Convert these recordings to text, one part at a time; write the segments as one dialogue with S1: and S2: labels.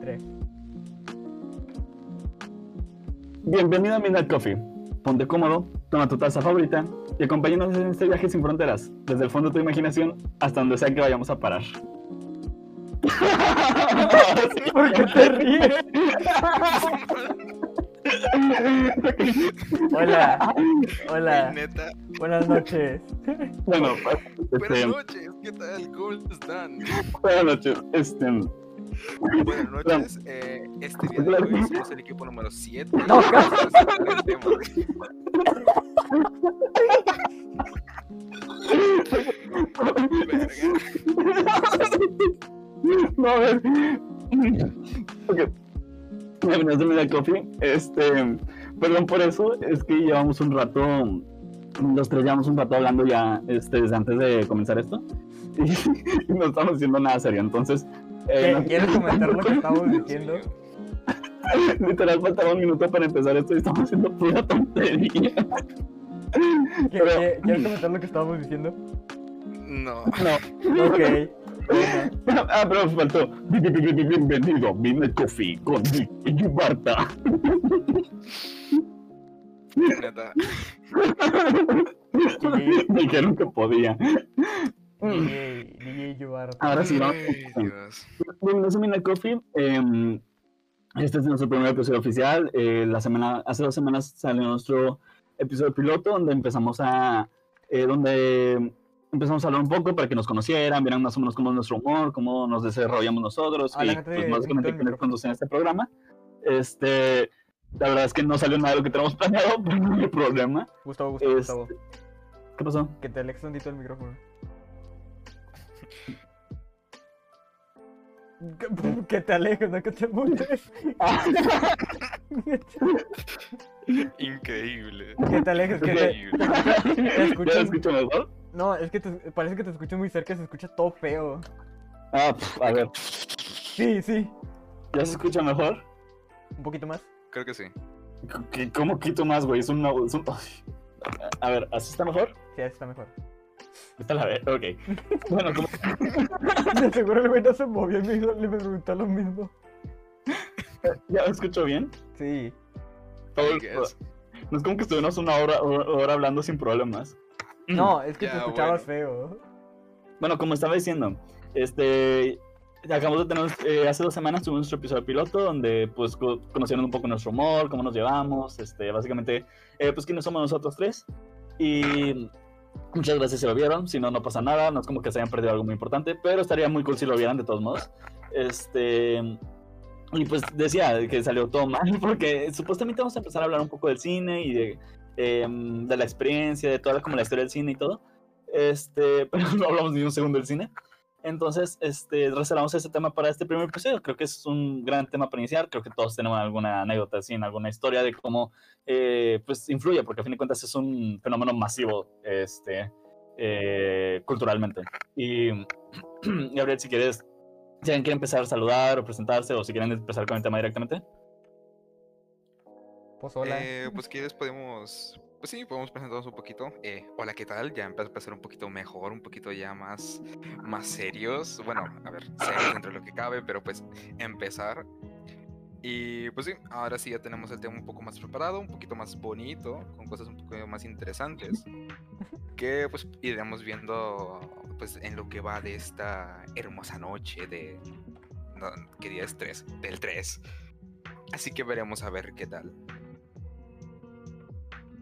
S1: Tres.
S2: Bienvenido a Midnight Coffee. Ponte cómodo, toma tu taza favorita y acompáñanos en este viaje sin fronteras, desde el fondo de tu imaginación hasta donde sea que vayamos a parar.
S1: ¿Por qué te ríes? Hola,
S2: Ah,
S1: hola,
S3: Neta.
S1: buenas noches.
S2: Bueno, este,
S3: Buenas noches, ¿qué tal? ¿Cómo están?
S2: buenas noches. Este,
S3: Buenas noches, eh, este día de hoy somos el equipo número 7.
S1: No,
S2: no, a ver. Ok. Bienvenidos a Midnight Coffee. Este, perdón por eso, es que llevamos un rato, los tres llevamos un rato hablando ya este, desde antes de comenzar esto y no estamos diciendo nada serio. Entonces, eh,
S1: ¿Qué- ¿Quieres comentar lo que estamos diciendo?
S2: Literal faltaba un minuto para empezar esto y estamos haciendo pura tontería.
S1: ¿Qué- qué- ¿Quieres comentar lo que estábamos diciendo?
S3: No,
S2: No.
S1: Ok. bueno.
S2: Ah, pero faltó. Bi- bi- bi- bi- Bienvenido a Midnight Coffee con Nick y Barta.
S3: neta.
S1: DJ,
S2: Me dijeron que podía. Mm.
S1: DJ, DJ Yubar.
S2: Ahora sí, vamos.
S3: Ay, Dios.
S2: Bienvenidos a Midnight Coffee. em, este es nuestro primer episodio oficial. eh, la semana, hace dos semanas salió nuestro episodio piloto donde empezamos a eh, donde empezamos a hablar un poco para que nos conocieran, vieran más o menos cómo es nuestro humor, cómo nos desarrollamos nosotros
S1: Ah, la
S2: y
S1: gente
S2: pues
S1: de
S2: básicamente
S1: Víctor
S2: quiénes
S1: Micrófono.
S2: conducen este programa. Este, la verdad es que no salió nada de lo que teníamos planeado, pero no hay problema.
S1: Gustavo, Gustavo,
S2: Este-
S1: Gustavo.
S2: ¿Qué pasó?
S1: Que te alejes tantito el micrófono. Que- Que te alejes, no que te mueres.
S3: Increíble.
S1: Que te alejes, que te...
S3: Increíble.
S2: ¿Ya lo escucho mejor?
S1: No, es que te- parece que te escucho muy cerca, se escucha todo feo.
S2: Ah, pf, a ver,
S1: Sí, sí.
S2: ¿ya se escucha mejor?
S1: Un poquito más.
S3: Creo que sí.
S2: ¿Qué- ¿Cómo quito más, güey? Es un... no- es un- A ver, ¿así está mejor?
S1: Sí, así está mejor.
S2: Está la ver, ok. Bueno, como...
S1: De seguro el güey no se movió y me, hizo- le me preguntó lo mismo.
S2: ¿Ya lo escucho bien?
S1: Sí.
S2: Todo-
S3: I guess.
S2: No es como que estuvimos una hora, hora hablando sin problemas.
S1: No, es que te
S3: Mm. Ya,
S1: escuchabas feo.
S2: Bueno, como estaba diciendo, este... Acabamos de tener, eh, hace dos semanas tuvimos nuestro episodio piloto donde pues co- conocieron un poco nuestro humor, cómo nos llevamos, este, básicamente, eh, pues quiénes somos nosotros tres. Y muchas gracias si lo vieron, si no, no pasa nada, no es como que se hayan perdido algo muy importante, pero estaría muy cool si lo vieran de todos modos. Este, y pues decía que salió todo mal, porque supuestamente vamos a empezar a hablar un poco del cine y de, em, de la experiencia, de toda la- como la historia del cine y todo. Este, pero no hablamos ni un segundo del cine. Entonces, este, reservamos ese tema para este primer episodio. Creo que es un gran tema para iniciar. Creo que todos tenemos alguna anécdota, así, en alguna historia de cómo, eh, pues, influye, porque a fin de cuentas es un fenómeno masivo, este, eh, culturalmente. Y, Gabriel, si quieres, si alguien quiere empezar a saludar o presentarse, o si quieren empezar con el tema directamente.
S1: Pues hola.
S3: Eh, pues quieres podemos. Pues sí, podemos presentarnos un poquito. Eh, hola, ¿qué tal? Ya empezó a ser un poquito mejor, un poquito ya más, más serios. Bueno, a ver, serios dentro de lo que cabe, pero pues empezar. Y pues sí, ahora sí ya tenemos el tema un poco más preparado, un poquito más bonito, con cosas un poco más interesantes. Que pues iremos viendo pues en lo que va de esta hermosa noche de. No, ¿Qué día es 3? Del 3. Así que veremos a ver qué tal.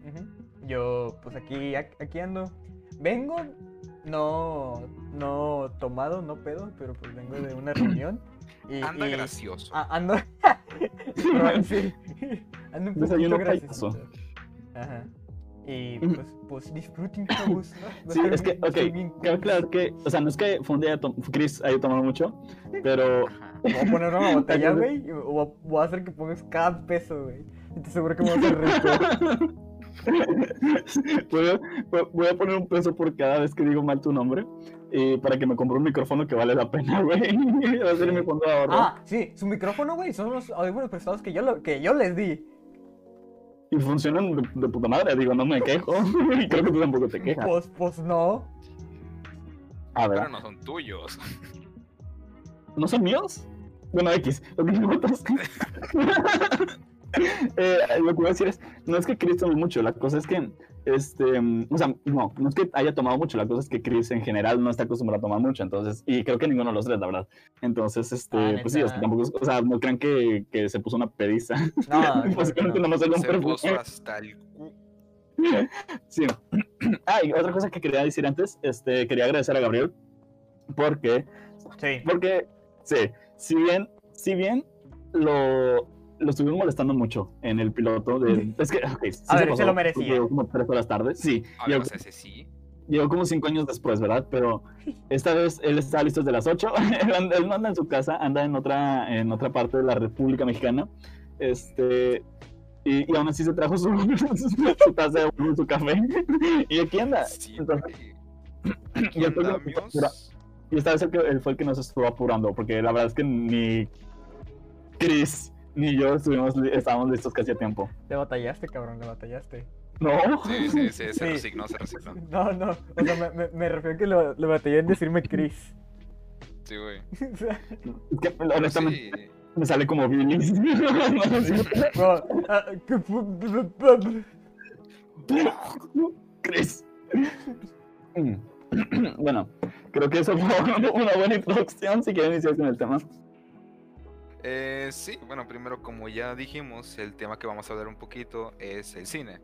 S1: Ujú. Yo, pues aquí, ac- aquí ando. Vengo, no, no tomado, no pedo, pero pues vengo de una reunión. Y,
S3: Anda
S1: y-
S3: gracioso.
S1: a- Ah, ando. Pero, sí, ando un poquito
S2: Desayuno
S1: graciosito.
S2: payaso.
S1: Ajá. Y
S2: Ujú.
S1: pues, pues disfruten, chavos. ¿no?
S2: Sí,
S1: Estoy
S2: es que,
S1: bien- estoy bien-
S2: ok, cabe aclarar que, o sea, no es que fue un día, tom- Chris haya tomado mucho, pero
S3: Ajá.
S1: Voy a poner una botella,
S2: Entonces-
S1: güey, y voy a- voy a hacer que pongas cada peso, güey. Y te seguro que me vas a reír.
S2: voy, a, voy- voy a poner un peso por cada vez que digo mal tu nombre y para que me compre un micrófono que vale la pena, güey. Va a ser mi fondo de ahorro.
S1: Ah, sí, su micrófono, güey, son los audífonos prestados que yo, lo, que yo les di.
S2: Y funcionan de, de puta madre, digo, no me quejo. y creo que tú tampoco te quejas.
S1: Pues, pues no.
S2: A ver,
S3: Pero no son tuyos.
S2: ¿no son míos? Bueno, X, lo que importa es que- Eh, lo que iba a decir es, no es que Chris tome mucho, la cosa es que, este, mm, o sea, no, no es que haya tomado mucho, la cosa es que Chris en general no está acostumbrado a tomar mucho, entonces, y creo que ninguno de los tres, la verdad. Entonces, este,
S1: Ah,
S2: pues sí, o sea,
S1: neta.
S2: tampoco, es- o sea, no crean que, que se puso una pediza.
S1: No, claro
S2: pues
S1: que
S2: creo que
S1: no.
S2: nomás salió un
S3: Se puso
S2: perfume.
S3: hasta el cu.
S2: Sí. Ah, y otra cosa que quería decir antes, este, quería agradecer a Gabriel, porque
S1: Sí.
S2: Porque, sí, si bien, si bien lo, lo estuvieron molestando mucho en el piloto, de, es que, ok, sí
S1: A ver, se
S2: pasó,
S1: lo merecía.
S2: porque Llegó como tres horas tarde, sí,
S3: A ver,
S2: llegó,
S3: o sea, ese sí.
S2: llegó como cinco años después, ¿verdad? Pero esta vez él está listo desde las ocho, él anda- él no anda en su casa, anda en otra, en otra parte de la República Mexicana, este... Y, y aún así se trajo su, su taza de agua, su café. Y aquí anda.
S3: Sí,
S2: Entonces,
S3: güey.
S2: Ah, y después de lo que
S3: Andamios.
S2: captura- y esta vez el que- él fue el que nos estuvo apurando, porque la verdad es que ni Chris ni yo estuvimos, li- estábamos listos casi a tiempo.
S1: Le batallaste, cabrón, le batallaste.
S2: No,
S3: Sí, sí, sí, se
S1: Sí.
S3: resignó, se resignó.
S1: No, no. O sea, me, me, me refiero a que lo, le batallé en decirme Chris.
S3: Sí, güey.
S1: O sea,
S2: es que
S3: Pero
S2: honestamente
S3: sí,
S2: me sale como Billy.
S1: bro, ah, que fu- bu- bu- bu- bu-
S2: Chris. Mm. bueno, creo que eso fue una buena introducción si quieren iniciar con el tema.
S3: eh, sí, bueno, primero, como ya dijimos, el tema que vamos a hablar un poquito es el cine.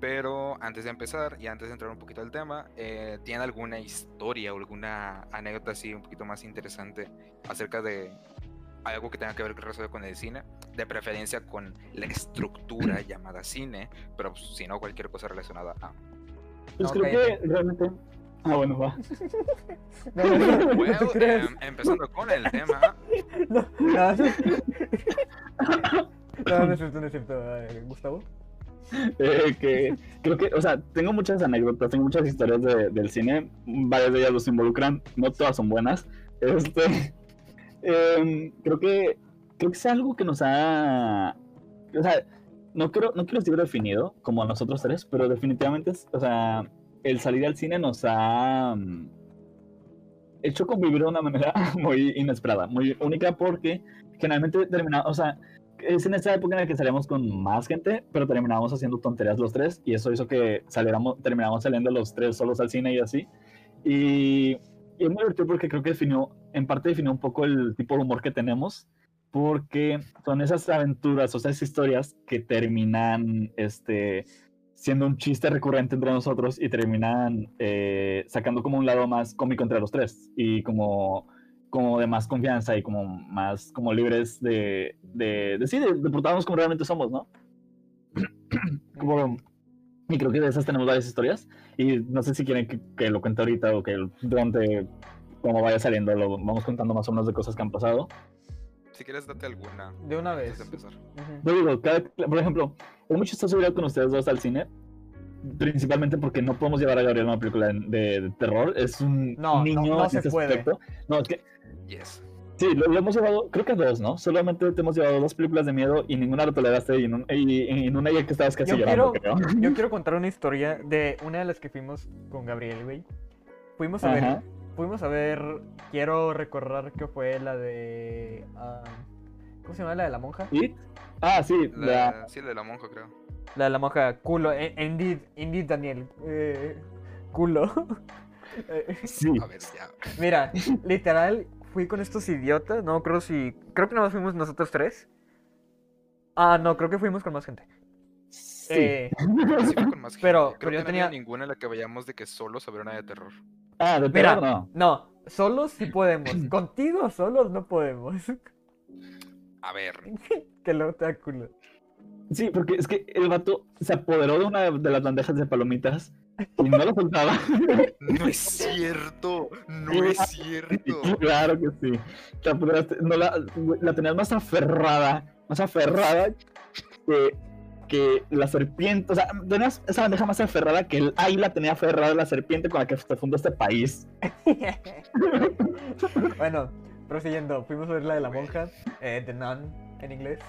S3: Pero antes de empezar y antes de entrar un poquito al tema, eh, ¿tienen alguna historia o alguna anécdota así un poquito más interesante acerca de algo que tenga que ver relacionado con el cine? De preferencia con la estructura llamada cine, pero pues, si no, cualquier cosa relacionada a.
S2: Pues
S1: Ok,
S2: creo que realmente... Ah, bueno, va.
S1: No, no, no, no,
S3: Well,
S1: ¿tú crees?
S3: em, empezando con el tema.
S1: No, no, eso- no, no es cierto, no es cierto. eh, Gustavo.
S2: Eh, que creo que, o sea, tengo muchas anécdotas, tengo muchas historias de- del cine, varias de ellas los involucran, no todas son buenas. Este, em, creo que creo que es algo que nos ha, o sea, no quiero no quiero decir definido como a nosotros tres, pero definitivamente, es- o sea, el salir al cine nos ha mm, hecho convivir de una manera muy inesperada, muy única, porque generalmente terminamos, o sea, es en esta época en la que salíamos con más gente, pero terminábamos haciendo tonterías los tres y eso hizo que saliéramos, terminábamos saliendo los tres solos al cine y así. Y, y es muy divertido porque creo que definió, en parte definió un poco el tipo de humor que tenemos, porque son esas aventuras, o sea, esas historias que terminan este, siendo un chiste recurrente entre nosotros y terminan eh, sacando como un lado más cómico entre los tres y como como de más confianza y como más como libres de, de, de sí, de, de portarnos como realmente somos, ¿no? Como- y creo que de esas tenemos varias historias y no sé si quieren que, que lo cuente ahorita o que el- durante como vaya saliendo lo vamos contando más o menos de cosas que han pasado.
S3: Si quieres, date alguna.
S1: De una
S3: antes
S2: Pues,
S1: vez.
S3: de empezar.
S1: Ujú.
S2: Yo digo, cada- por ejemplo, es mucho chistoso ir con ustedes dos al cine, principalmente porque no podemos llevar a Gabriel a una película de, de terror, es un
S1: No, no-
S2: niño
S1: no
S2: en
S1: se
S2: ese
S1: puede.
S2: aspecto. No, es que
S3: Yes.
S2: Sí, lo, lo hemos llevado, creo que dos, ¿no? Solamente te hemos llevado dos películas de miedo y ninguna la toleraste y en, un- y- y en una ya que estabas casi
S1: Yo
S2: llorando,
S1: quiero-
S2: creo.
S1: Yo quiero contar una historia de una de las que fuimos con Gabriel, güey. Fuimos a ver
S2: Ajá.
S1: Fuimos a ver, quiero recordar que fue la de... ah, ¿Cómo se llama la de la monja?
S2: ¿Y? Ah, sí, la...
S3: La- Sí, la de la monja, creo.
S1: La de la monja, culo, eh, indeed, indeed Daniel, eh, culo. Eh,
S2: Sí,
S3: A ver, ya.
S1: Mira, literal, fui con estos idiotas, no creo si... Creo que nomás fuimos nosotros tres. Ah, no, creo que fuimos con más gente.
S2: sí.
S1: Eh,
S3: Pero sí fue con más
S1: Pero- pero
S3: gente.
S1: yo
S3: Creo que no había
S1: tenía-
S3: ninguna en la que veíamos de que solo se una de terror.
S2: ah, de
S1: mira.
S2: terror, no.
S1: no, solos sí podemos, contigo solos no podemos.
S3: A ver,
S1: que lo te da culo.
S2: Sí, porque es que el vato se apoderó de una de las bandejas de palomitas y no lo soltaba.
S3: no es cierto, no es cierto.
S2: claro que sí. Te apoderaste- no la, la tenías más aferrada, más aferrada que, que la serpiente. O sea, tenías esa bandeja más aferrada que el águila tenía aferrada la serpiente con la que se fundó este país.
S1: bueno, prosiguiendo, fuimos a ver la de la
S3: Güey.
S1: monja, eh, The Nun en inglés.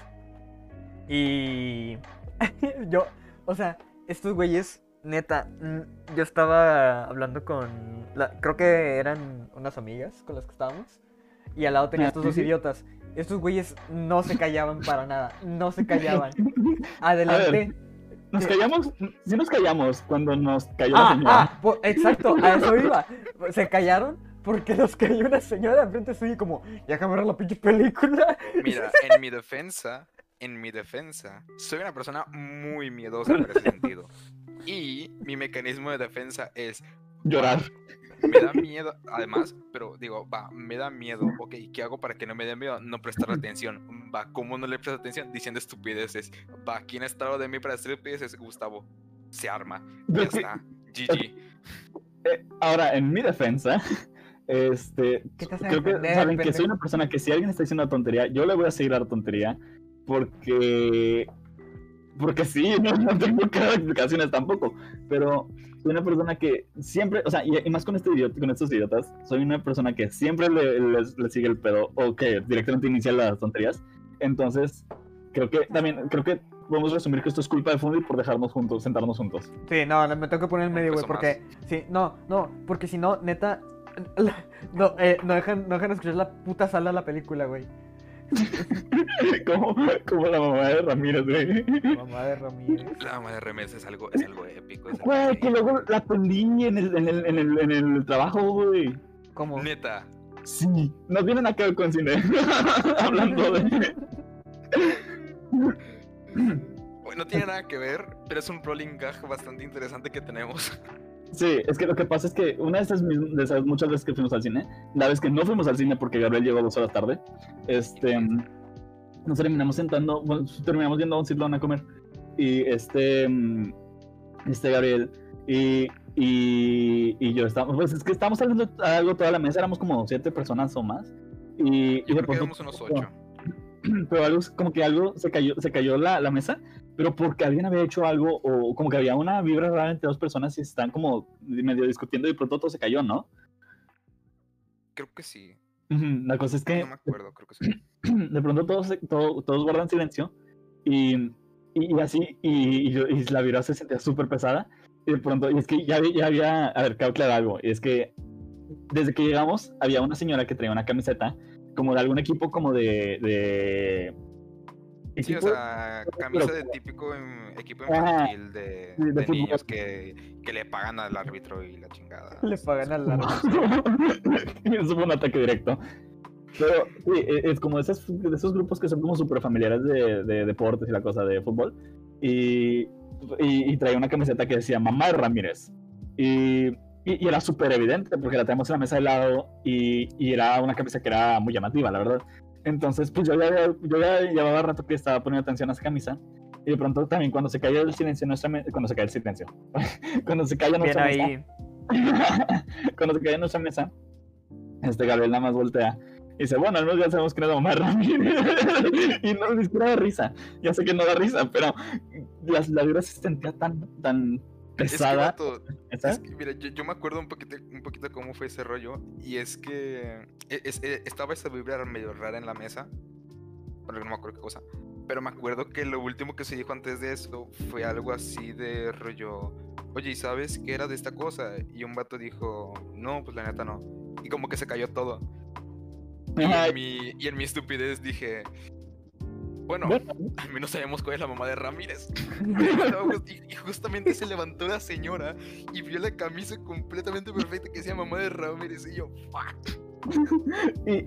S1: Y yo, o sea, estos güeyes, neta, mm, yo estaba hablando con, la- creo que eran unas amigas con las que estábamos. Y al lado tenía estos dos
S2: Ah, sí.
S1: idiotas. Estos güeyes no se callaban para nada. No se callaban. Adelante.
S2: Nos callamos, sí nos callamos cuando nos cayó la
S1: Ah,
S2: señora.
S1: ah, po- exacto, a eso iba. Se callaron porque nos cayó una señora enfrente suyo como, ya acabaron la pinche película.
S3: Mira, en mi defensa, en mi defensa, soy una persona muy miedosa en ese sentido. Y mi mecanismo de defensa es,
S2: Llorar.
S3: me da miedo, además, pero digo, va, me da miedo, ok, ¿qué hago para que no me dé miedo? No prestar atención, va, ¿cómo no le presto atención? Diciendo estupideces, va, ¿quién está al lado de mí para hacer estupideces? Gustavo, se arma, ya
S2: Yo sí-
S3: está, GG.
S2: Eh, ahora, en mi defensa, este,
S1: ¿Qué te hace
S2: creo que
S1: defender,
S2: saben que soy
S1: pendejo?
S2: una persona que si alguien está diciendo una tontería, yo le voy a seguir a la tontería porque porque sí, no, no tengo claras explicaciones tampoco, pero soy una persona que siempre, o sea, y, y más con este idiota, con estos idiotas, soy una persona que siempre le, les- le sigue el pedo o que directamente inicia las tonterías. Entonces, creo que también creo que podemos resumir que esto es culpa de Fundy por dejarnos juntos, sentarnos juntos.
S1: Sí, no, no, me tengo que poner en medio, güey,
S3: peso
S1: porque... Sí, no, no, porque si no, neta... la- no, eh, no, dejan, no dejan escuchar la puta sala de la película, güey.
S2: como, como la mamá de Ramírez, güey.
S1: Mamá de Ramírez.
S3: La dama de Remers es algo, es algo épico. Es algo
S2: Güey, que
S3: increíble.
S2: luego la pendí en el, en el, en el, en el trabajo, güey.
S1: ¿Cómo?
S3: Neta,
S2: Sí. Nos vienen acá con cine. Hablando de.
S3: Bueno, no tiene nada que ver, pero es un rolling gag bastante interesante que tenemos.
S2: Sí, es que lo que pasa es que una de esas, mis- de esas muchas veces que fuimos al cine, la vez que no fuimos al cine porque Gabriel llegó dos horas tarde, este. Nos terminamos sentando, bueno, terminamos yendo a un sitio a comer. Y este. mm, Este Gabriel. Y, y, y yo estábamos. Pues es que estábamos hablando de algo toda la mesa, éramos como siete personas o más. Y, y
S3: Yo
S2: de
S3: creo que
S2: pronto-
S3: éramos unos ocho.
S2: pero algo como que algo se cayó, se cayó la, la mesa, pero porque alguien había hecho algo o como que había una vibra rara entre dos personas y se están como medio discutiendo y de pronto todo se cayó, ¿no?
S3: Creo que sí.
S2: Ujú, La cosa es que
S3: No me acuerdo, creo que sí.
S2: de pronto todos, se- todo- todos guardan silencio y, y, y así, y, y yo- y la vibra se sentía súper pesada. Y de pronto, y es que ya, había- ya había, a ver, cabe aclarar algo, y es que desde que llegamos había una señora que traía una camiseta como de algún equipo como de... de
S3: Sí, o
S2: equipo-
S3: sea, camisa de típico en- equipo infantil de,
S2: Sí, de
S3: de
S2: fútbol.
S3: niños que, que le pagan al árbitro y la chingada.
S1: Le pagan al
S2: No.
S1: árbitro.
S2: Eso fue un ataque directo. Pero sí, e- es como esas, de esos grupos que son como súper familiares de, de deportes y la cosa de fútbol. Y, y, y traía una camiseta que decía Mamá de Ramírez. Y, y- y era súper evidente porque la teníamos en la mesa de lado y, y era una camisa que era muy llamativa, la verdad. Entonces, pues yo ya, había- yo ya llevaba rato que estaba poniendo atención a esa camisa. Y de pronto también cuando se cayó el silencio, en nuestra me- cuando se cayó el silencio, cuando se cayó
S1: Bien
S2: nuestra mesa,
S1: ahí.
S2: cuando se cae en nuestra mesa, este Gabriel nada más voltea y dice, bueno, al menos ya sabemos que no es Omar Ramírez. y no, ni siquiera da risa. Ya sé que no da risa, pero la, la vibra se sentía tan, tan
S3: Es que,
S2: pesada.
S3: vato,
S2: ¿esa?
S3: Es que, mira, yo, yo me acuerdo un poquito, un poquito cómo fue ese rollo. Y es que e- es- e- estaba esa vibra medio rara en la mesa. Bueno, no me acuerdo qué cosa. Pero me acuerdo que lo último que se dijo antes de eso fue algo así de rollo. Oye, ¿y sabes qué era de esta cosa? Y un vato dijo, no, pues la neta no. Y como que se cayó todo. Y
S2: Ajá,
S3: en mi, y en mi estupidez dije, bueno,
S2: bueno,
S3: al menos sabemos cuál es la mamá de Ramírez. Pero estaba jus- y- y justamente se levantó la señora y vio la camisa completamente perfecta que decía mamá de Ramírez. Y yo, fuck.
S2: y-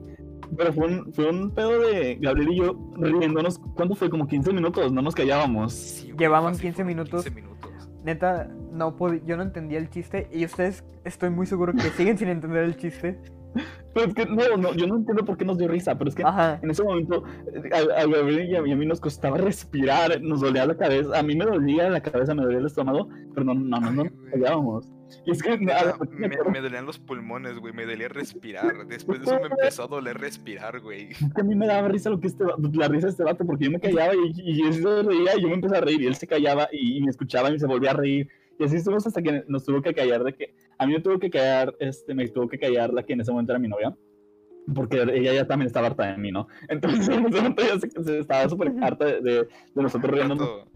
S2: pero fue un, fue un pedo de Gabriel y yo riéndonos. ¿Cuánto fue? Como 15 minutos, no nos callábamos.
S3: Sí, güey,
S1: Llevaban
S3: fácil
S1: 15
S3: fueron
S1: minutos.
S3: 15 minutos.
S1: Neta, no pod- yo no entendía el chiste y ustedes estoy muy seguro que siguen sin entender el chiste.
S2: Pero es que no, no, yo no entiendo por qué nos dio risa, pero es que
S1: Ajá.
S2: En ese momento, eh, a, a Gabriel y a mí, a mí nos costaba respirar, nos dolía la cabeza. A mí me dolía la cabeza, me dolía el estómago, pero no, no, no, no
S3: Ay,
S2: nos
S3: güey.
S2: callábamos. Y es que me- a la-
S3: Neta, me,
S2: me acuerdo
S3: me dolían los pulmones, güey. Me dolía respirar. Después de eso me empezó a doler respirar, güey.
S2: que a mí me daba risa lo que este, va- la risa de este vato, porque yo me callaba y, y él se reía y yo me empecé a reír y él se callaba y, y me escuchaba y se volvía a reír. Y así estuvimos hasta que nos tuvo que callar de que a mí me tuvo que callar, este, me tuvo que callar la que en ese momento era mi novia. Porque ella ya también estaba harta de mí, ¿no? Entonces, en ese momento ya se, se estaba súper harta de, de, de nosotros riéndonos.
S3: Vato,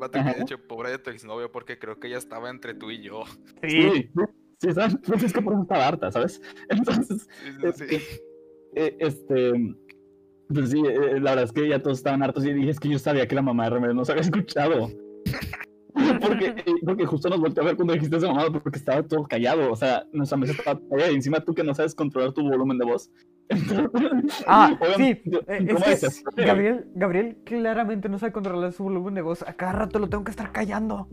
S3: vato que
S2: Ajá.
S3: de hecho, pobre de tu exnovio, porque creo que ella estaba entre tú y yo.
S2: Sí, sí, ¿sabes? Pues es que por eso estaba harta, ¿sabes? Entonces,
S3: Sí, sí,
S2: Es
S3: sí.
S2: que- eh, este. Pues sí, eh, la verdad es que ya todos estaban hartos y dije, es que yo sabía que la mamá de Remedios nos había escuchado. porque, eh, porque justo nos volteó a ver cuando dijiste esa mamada, porque estaba todo callado. O sea, nuestra mesa estaba callada y encima tú que no sabes controlar tu volumen de voz. Entonces,
S1: Ah, sí.
S2: obviamente, yo-
S1: eh,
S2: ¿cómo
S1: es
S2: dices?
S1: que Gabriel, Gabriel claramente no sabe controlar su volumen de voz. A cada rato lo tengo que estar callando.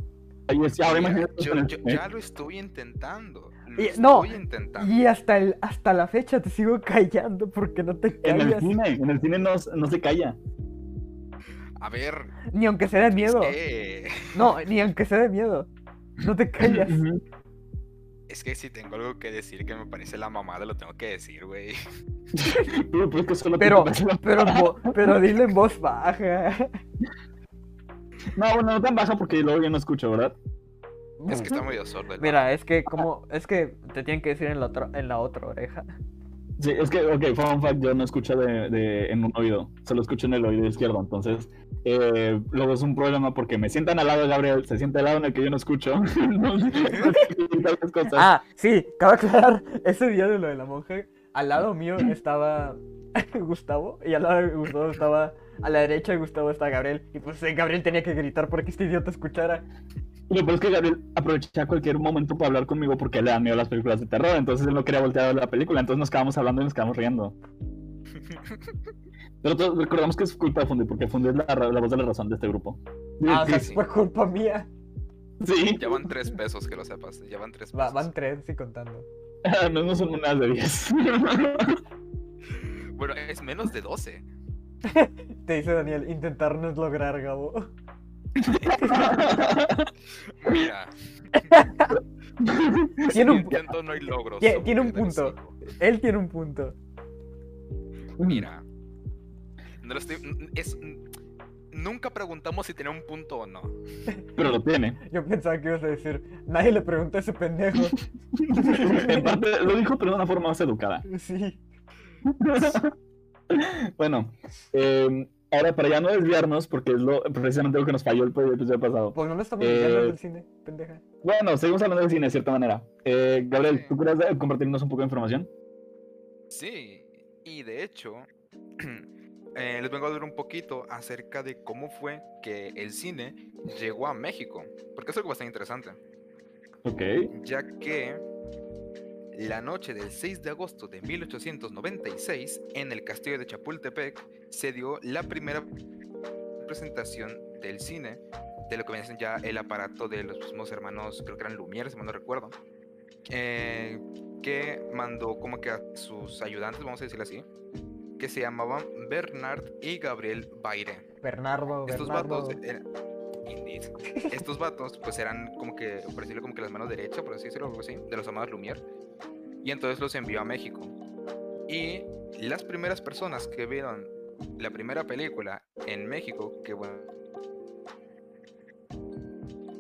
S2: Ahí es, ahora
S3: Mira,
S2: imagínate
S3: yo,
S2: con el-
S3: yo ya lo estoy intentando. Lo
S1: Y- no,
S3: estoy intentando.
S1: Y hasta, el, hasta la fecha te sigo callando porque no te
S2: En el
S1: callas.
S2: cine, en el cine no, no se calla.
S3: A ver,
S1: Ni aunque sea de miedo.
S3: es que,
S1: No, ni aunque sea de miedo. No te callas.
S2: Ujú.
S3: es que si tengo algo que decir que me parece la mamada, lo tengo que decir, güey.
S2: Pero, pero es que solo
S1: Pero,
S2: te pasa la-
S1: pero, en vo- pero dilo en voz baja.
S2: No, bueno, no tan baja porque luego yo no escucho, ¿verdad?
S3: Es que está medio sordo. el
S1: Mira, es que como, es que te tienen que decir en la otra, en la otra oreja.
S2: Sí, es que, ok, fun fact, yo no escucho de, de- en un oído, solo escucho en el oído izquierdo, entonces eh, luego es un problema porque me sientan al lado de Gabriel, se sienta al lado en el que yo no escucho, entonces tal vez cosas.
S1: Ah, sí, cabe aclarar, ese día de lo de la monja, al lado mío estaba Gustavo y al lado de Gustavo estaba, a la derecha de Gustavo estaba Gabriel y pues eh, Gabriel tenía que gritar porque este idiota escuchara.
S2: Lo peor es que Gabriel aprovechaba cualquier momento para hablar conmigo porque le dan miedo las películas de terror, entonces él no quería voltear a ver la película, entonces nos quedamos hablando y nos quedamos riendo. Pero todos recordamos que es culpa de Fundy, porque Fundy es la, ra- la voz de la razón de este grupo.
S1: Ah, o sea,
S3: sí.
S1: fue culpa mía.
S2: Sí,
S3: vato. Ya van tres pesos, que lo sepas. Ya van tres
S1: Va-
S3: pesos.
S1: van tres y contando.
S2: al menos son unas de 10.
S3: Bueno, es menos de 12.
S1: Te dice Daniel, intentar no es lograr, Gabo.
S3: Mira,
S1: Tiene
S3: si
S1: un, pu-
S3: intento no hay logros.
S1: Tie-
S3: solo
S1: tiene un
S3: que de los
S1: punto.
S3: cinco.
S1: él tiene un punto.
S3: Mira. No lo estoy. n- Es, nunca preguntamos si tenía un punto o no.
S2: Pero lo tiene.
S1: Yo pensaba que ibas a decir, nadie le preguntó a ese pendejo.
S2: En parte lo dijo, pero de una forma más educada.
S1: Sí.
S2: Bueno, eh, ahora para ya no desviarnos, porque es lo, precisamente lo que nos falló el episodio pasado.
S1: Pues no lo estamos
S2: Eh,
S1: viendo del cine, pendeja.
S2: Bueno, seguimos hablando del cine de cierta manera. Eh, Gabriel, ¿tú quieres eh, compartirnos un poco de información?
S3: Sí, y de hecho, eh, les vengo a hablar un poquito acerca de cómo fue que el cine llegó a México, porque es algo bastante interesante,
S2: Ok.
S3: ya que la noche del 6 de agosto de 1896, en el castillo de Chapultepec, se dio la primera presentación del cine, de lo que viene siendo ya el aparato de los mismos hermanos, creo que eran Lumière, si mal no recuerdo, eh, que mandó como que a sus ayudantes, vamos a decirlo así, que se llamaban Bernard y Gabriel Baire.
S1: Bernardo,
S3: Estos
S1: Bernardo.
S3: vatos eh. eran- Indeed. Estos vatos, pues eran como que, por decirlo como que las manos derechas, por así decirlo, algo así, de los amados Lumière. Y entonces los envió a México. Y las primeras personas que vieron la primera película en México, que bueno,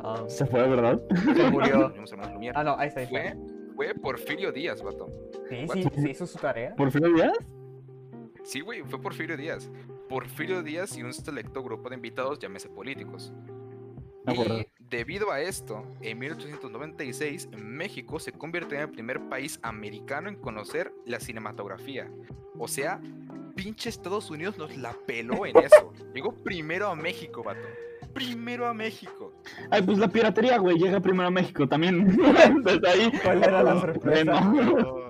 S1: Ah,
S2: Se fue, ¿verdad?
S1: se
S3: los
S1: murió.
S3: mismos hermanos Lumière,
S1: Ah, no, ahí está. Ahí
S3: fue,
S1: está.
S3: fue Porfirio Díaz, vato.
S1: Sí, sí, sí, hizo su tarea.
S2: ¿Por fin lo días?
S3: Sí, güey, fue Porfirio Díaz. Porfirio Díaz y un selecto grupo de invitados, llámese políticos.
S2: No, por
S3: Y debido a esto, en 1896 México se convirtió en el primer país americano en conocer la cinematografía. O sea, pinche Estados Unidos nos la peló en eso. Llegó primero a México, vato. Primero a México.
S2: Ay, pues la piratería, güey, llega primero a México también. Desde ahí.
S1: ¿Cuál era la sorpresa?
S2: Bueno.
S3: Pero-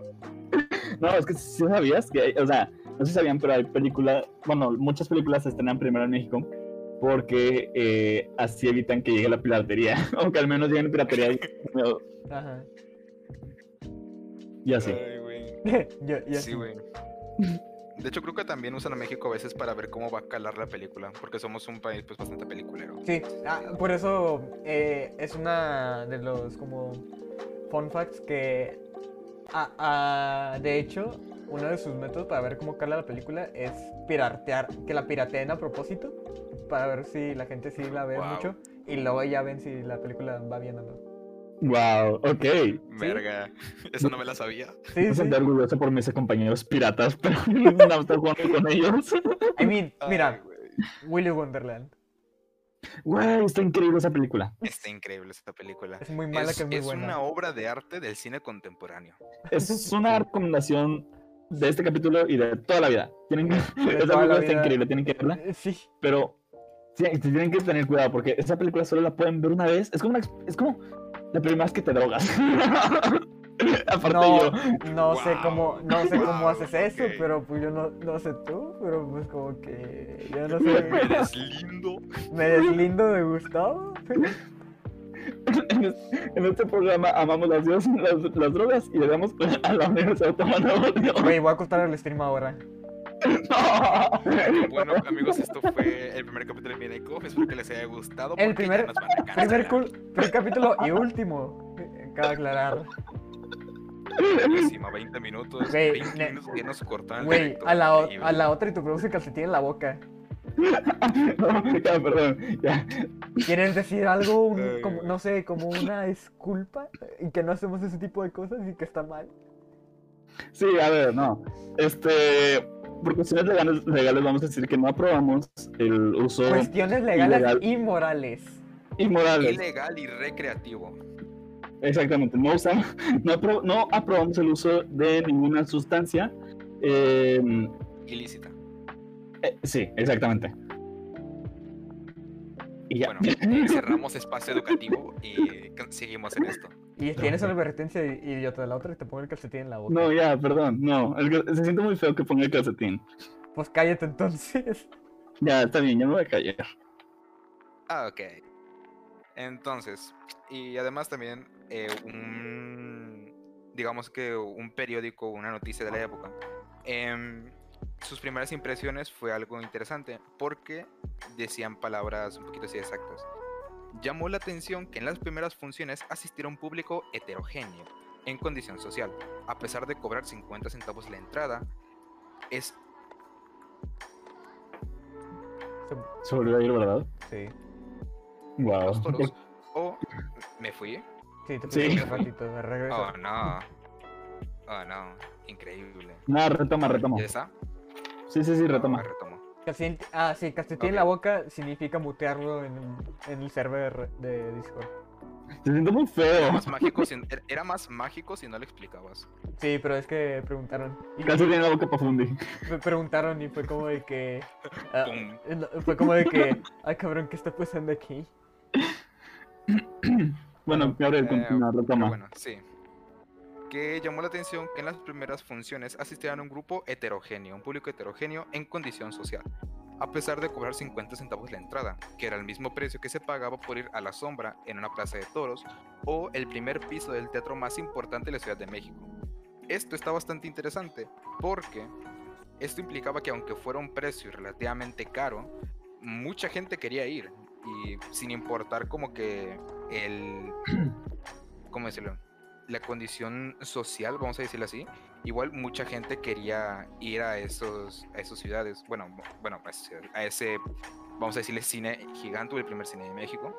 S2: No, es que sí sabías que, hay- o sea, no sé si sabían, pero hay películas, bueno, muchas películas se estrenan primero en México porque eh, así evitan que llegue la piratería, o que al menos lleguen piratería y,
S1: Ajá.
S2: y así.
S3: Ay, güey.
S1: Yo, yo
S3: Sí, güey. De hecho, creo que también usan a México a veces para ver cómo va a calar la película, porque somos un país pues bastante peliculero.
S1: Sí, ah, por eso eh, es una de los como fun facts que ah, ah, de hecho uno de sus métodos para ver cómo cala la película es piratear, que la pirateen a propósito para ver si la gente sí la ve
S3: Wow.
S1: mucho y luego ya ven si la película va bien o no.
S2: Wow, ok.
S3: Verga, eso no me la sabía.
S1: Sí,
S2: Me
S1: sí.
S2: sentí orgulloso por mis compañeros piratas, pero no estoy jugando con ellos.
S1: I mean,
S3: Ay,
S1: mira,
S3: güey.
S1: Willy Wonderland.
S2: Güey, está increíble esa película.
S3: Está increíble esta película.
S1: Es muy mala que es muy
S3: es
S1: buena.
S3: una obra de arte del cine contemporáneo.
S2: Es una recomendación de este capítulo y de toda la vida. Tienen que, esa
S1: toda la
S2: película está
S1: vida.
S2: increíble, tienen que verla.
S1: Eh, Sí.
S2: Pero sí, sí tienen que tener cuidado porque esa película solo la pueden ver una vez. Es como, una ex- es como la primera vez que te drogas. Aparte
S1: No,
S2: yo.
S1: no sé
S3: Wow.
S1: cómo, no sé cómo
S3: Wow,
S1: haces eso,
S3: ok.
S1: pero pues yo no, no sé tú, pero pues como que yo no sé.
S3: Eres lindo.
S1: Me deslindo de Gustavo.
S2: En este- En este programa amamos las, dios- las, las drogas y llegamos a la Universidad Autónoma de Nuevo León.
S1: Güey, voy a cortar el stream ahora.
S2: No.
S3: Bueno, amigos, esto fue el primer capítulo de Mina y Coffee. Espero que les haya gustado.
S1: El
S3: porque
S1: primer-
S3: ya nos van a
S1: Primer,
S3: cancelar.
S1: cul- primer capítulo y último. Cabe aclarar.
S3: Encima, 20 minutos.
S1: Güey,
S3: 20
S1: ne-
S3: minutos que nos cortaron. el
S1: Güey,
S3: directo,
S1: a la, o-
S3: increíble.
S1: a la otra y tu produce calcetín en la boca.
S2: No, ya, perdón. Ya.
S1: ¿Quieren decir algo? Un-
S3: Eh.
S1: como- no sé, como una disculpa. Y que no hacemos ese tipo de cosas y que está mal.
S2: Sí, a ver, no. Este, por cuestiones legales, legales vamos a decir que no aprobamos el uso
S1: Cuestiones legales
S2: ilegal.
S1: y morales.
S2: inmoral.
S3: Ilegal y recreativo.
S2: Exactamente, no usamos, no, apro- no aprobamos el uso de ninguna sustancia. eh,
S3: Ilícita.
S2: eh, sí, exactamente. Y ya.
S3: Bueno, eh, cerramos espacio educativo y can- seguimos en esto.
S1: Y tienes una advertencia i- idiota de la otra y te pongo el calcetín en la boca.
S2: No, ya, perdón, no. el cal- se siente muy feo que ponga el calcetín.
S1: Pues cállate entonces.
S2: Ya, está bien, ya me voy a callar.
S3: Ah, ok. Entonces, y además también eh, un, digamos que un periódico, una noticia de la época. em, sus primeras impresiones fue algo interesante porque decían palabras un poquito así exactas. Llamó la atención que en las primeras funciones asistiera un público heterogéneo en condición social. A pesar de cobrar 50 centavos la entrada, es
S2: Se volvió a ir, ¿verdad?
S1: Sí.
S2: Wow.
S3: los toros. O me fui.
S1: Sí, te
S2: Sí.
S1: puse un ratito, regresa.
S3: Oh no. Oh no. Increíble.
S2: Nada, retoma,
S3: A ver,
S2: retoma.
S3: Ah, ¿Ya está?
S2: Sí, sí, sí,
S3: Ah,
S2: retoma.
S3: retomo.
S1: Calcetín- ah, sí, calcetín en
S3: Ok.
S1: la boca significa mutearlo en, en el server de Discord.
S2: Se siente muy
S3: Era
S2: feo.
S3: más, mágico si, er- era más mágico si no lo explicabas.
S1: Sí, pero es que preguntaron. Y
S2: Casi tiene la boca para fundir.
S1: me preguntaron y fue como de que. ah,
S3: Pum.
S1: no, fue como de que. Ay, cabrón, ¿qué está pasando aquí?
S2: Bueno, Gabriel,
S3: Eh,
S2: continúa,
S3: Pero
S2: retoma.
S3: bueno, sí. Que llamó la atención que en las primeras funciones asistieran un grupo heterogéneo, un público heterogéneo en condición social. A pesar de cobrar 50 centavos la entrada, que era el mismo precio que se pagaba por ir a la sombra en una plaza de toros o el primer piso del teatro más importante de la Ciudad de México. Esto está bastante interesante porque esto implicaba que aunque fuera un precio relativamente caro, mucha gente quería ir y sin importar como que el ¿cómo decirlo? La condición social, vamos a decirlo así. Igual mucha gente quería ir a esos, a esas ciudades. Bueno, bu- bueno, a esas ciudades, a ese, vamos a decirle cine gigante, o el primer cine de México.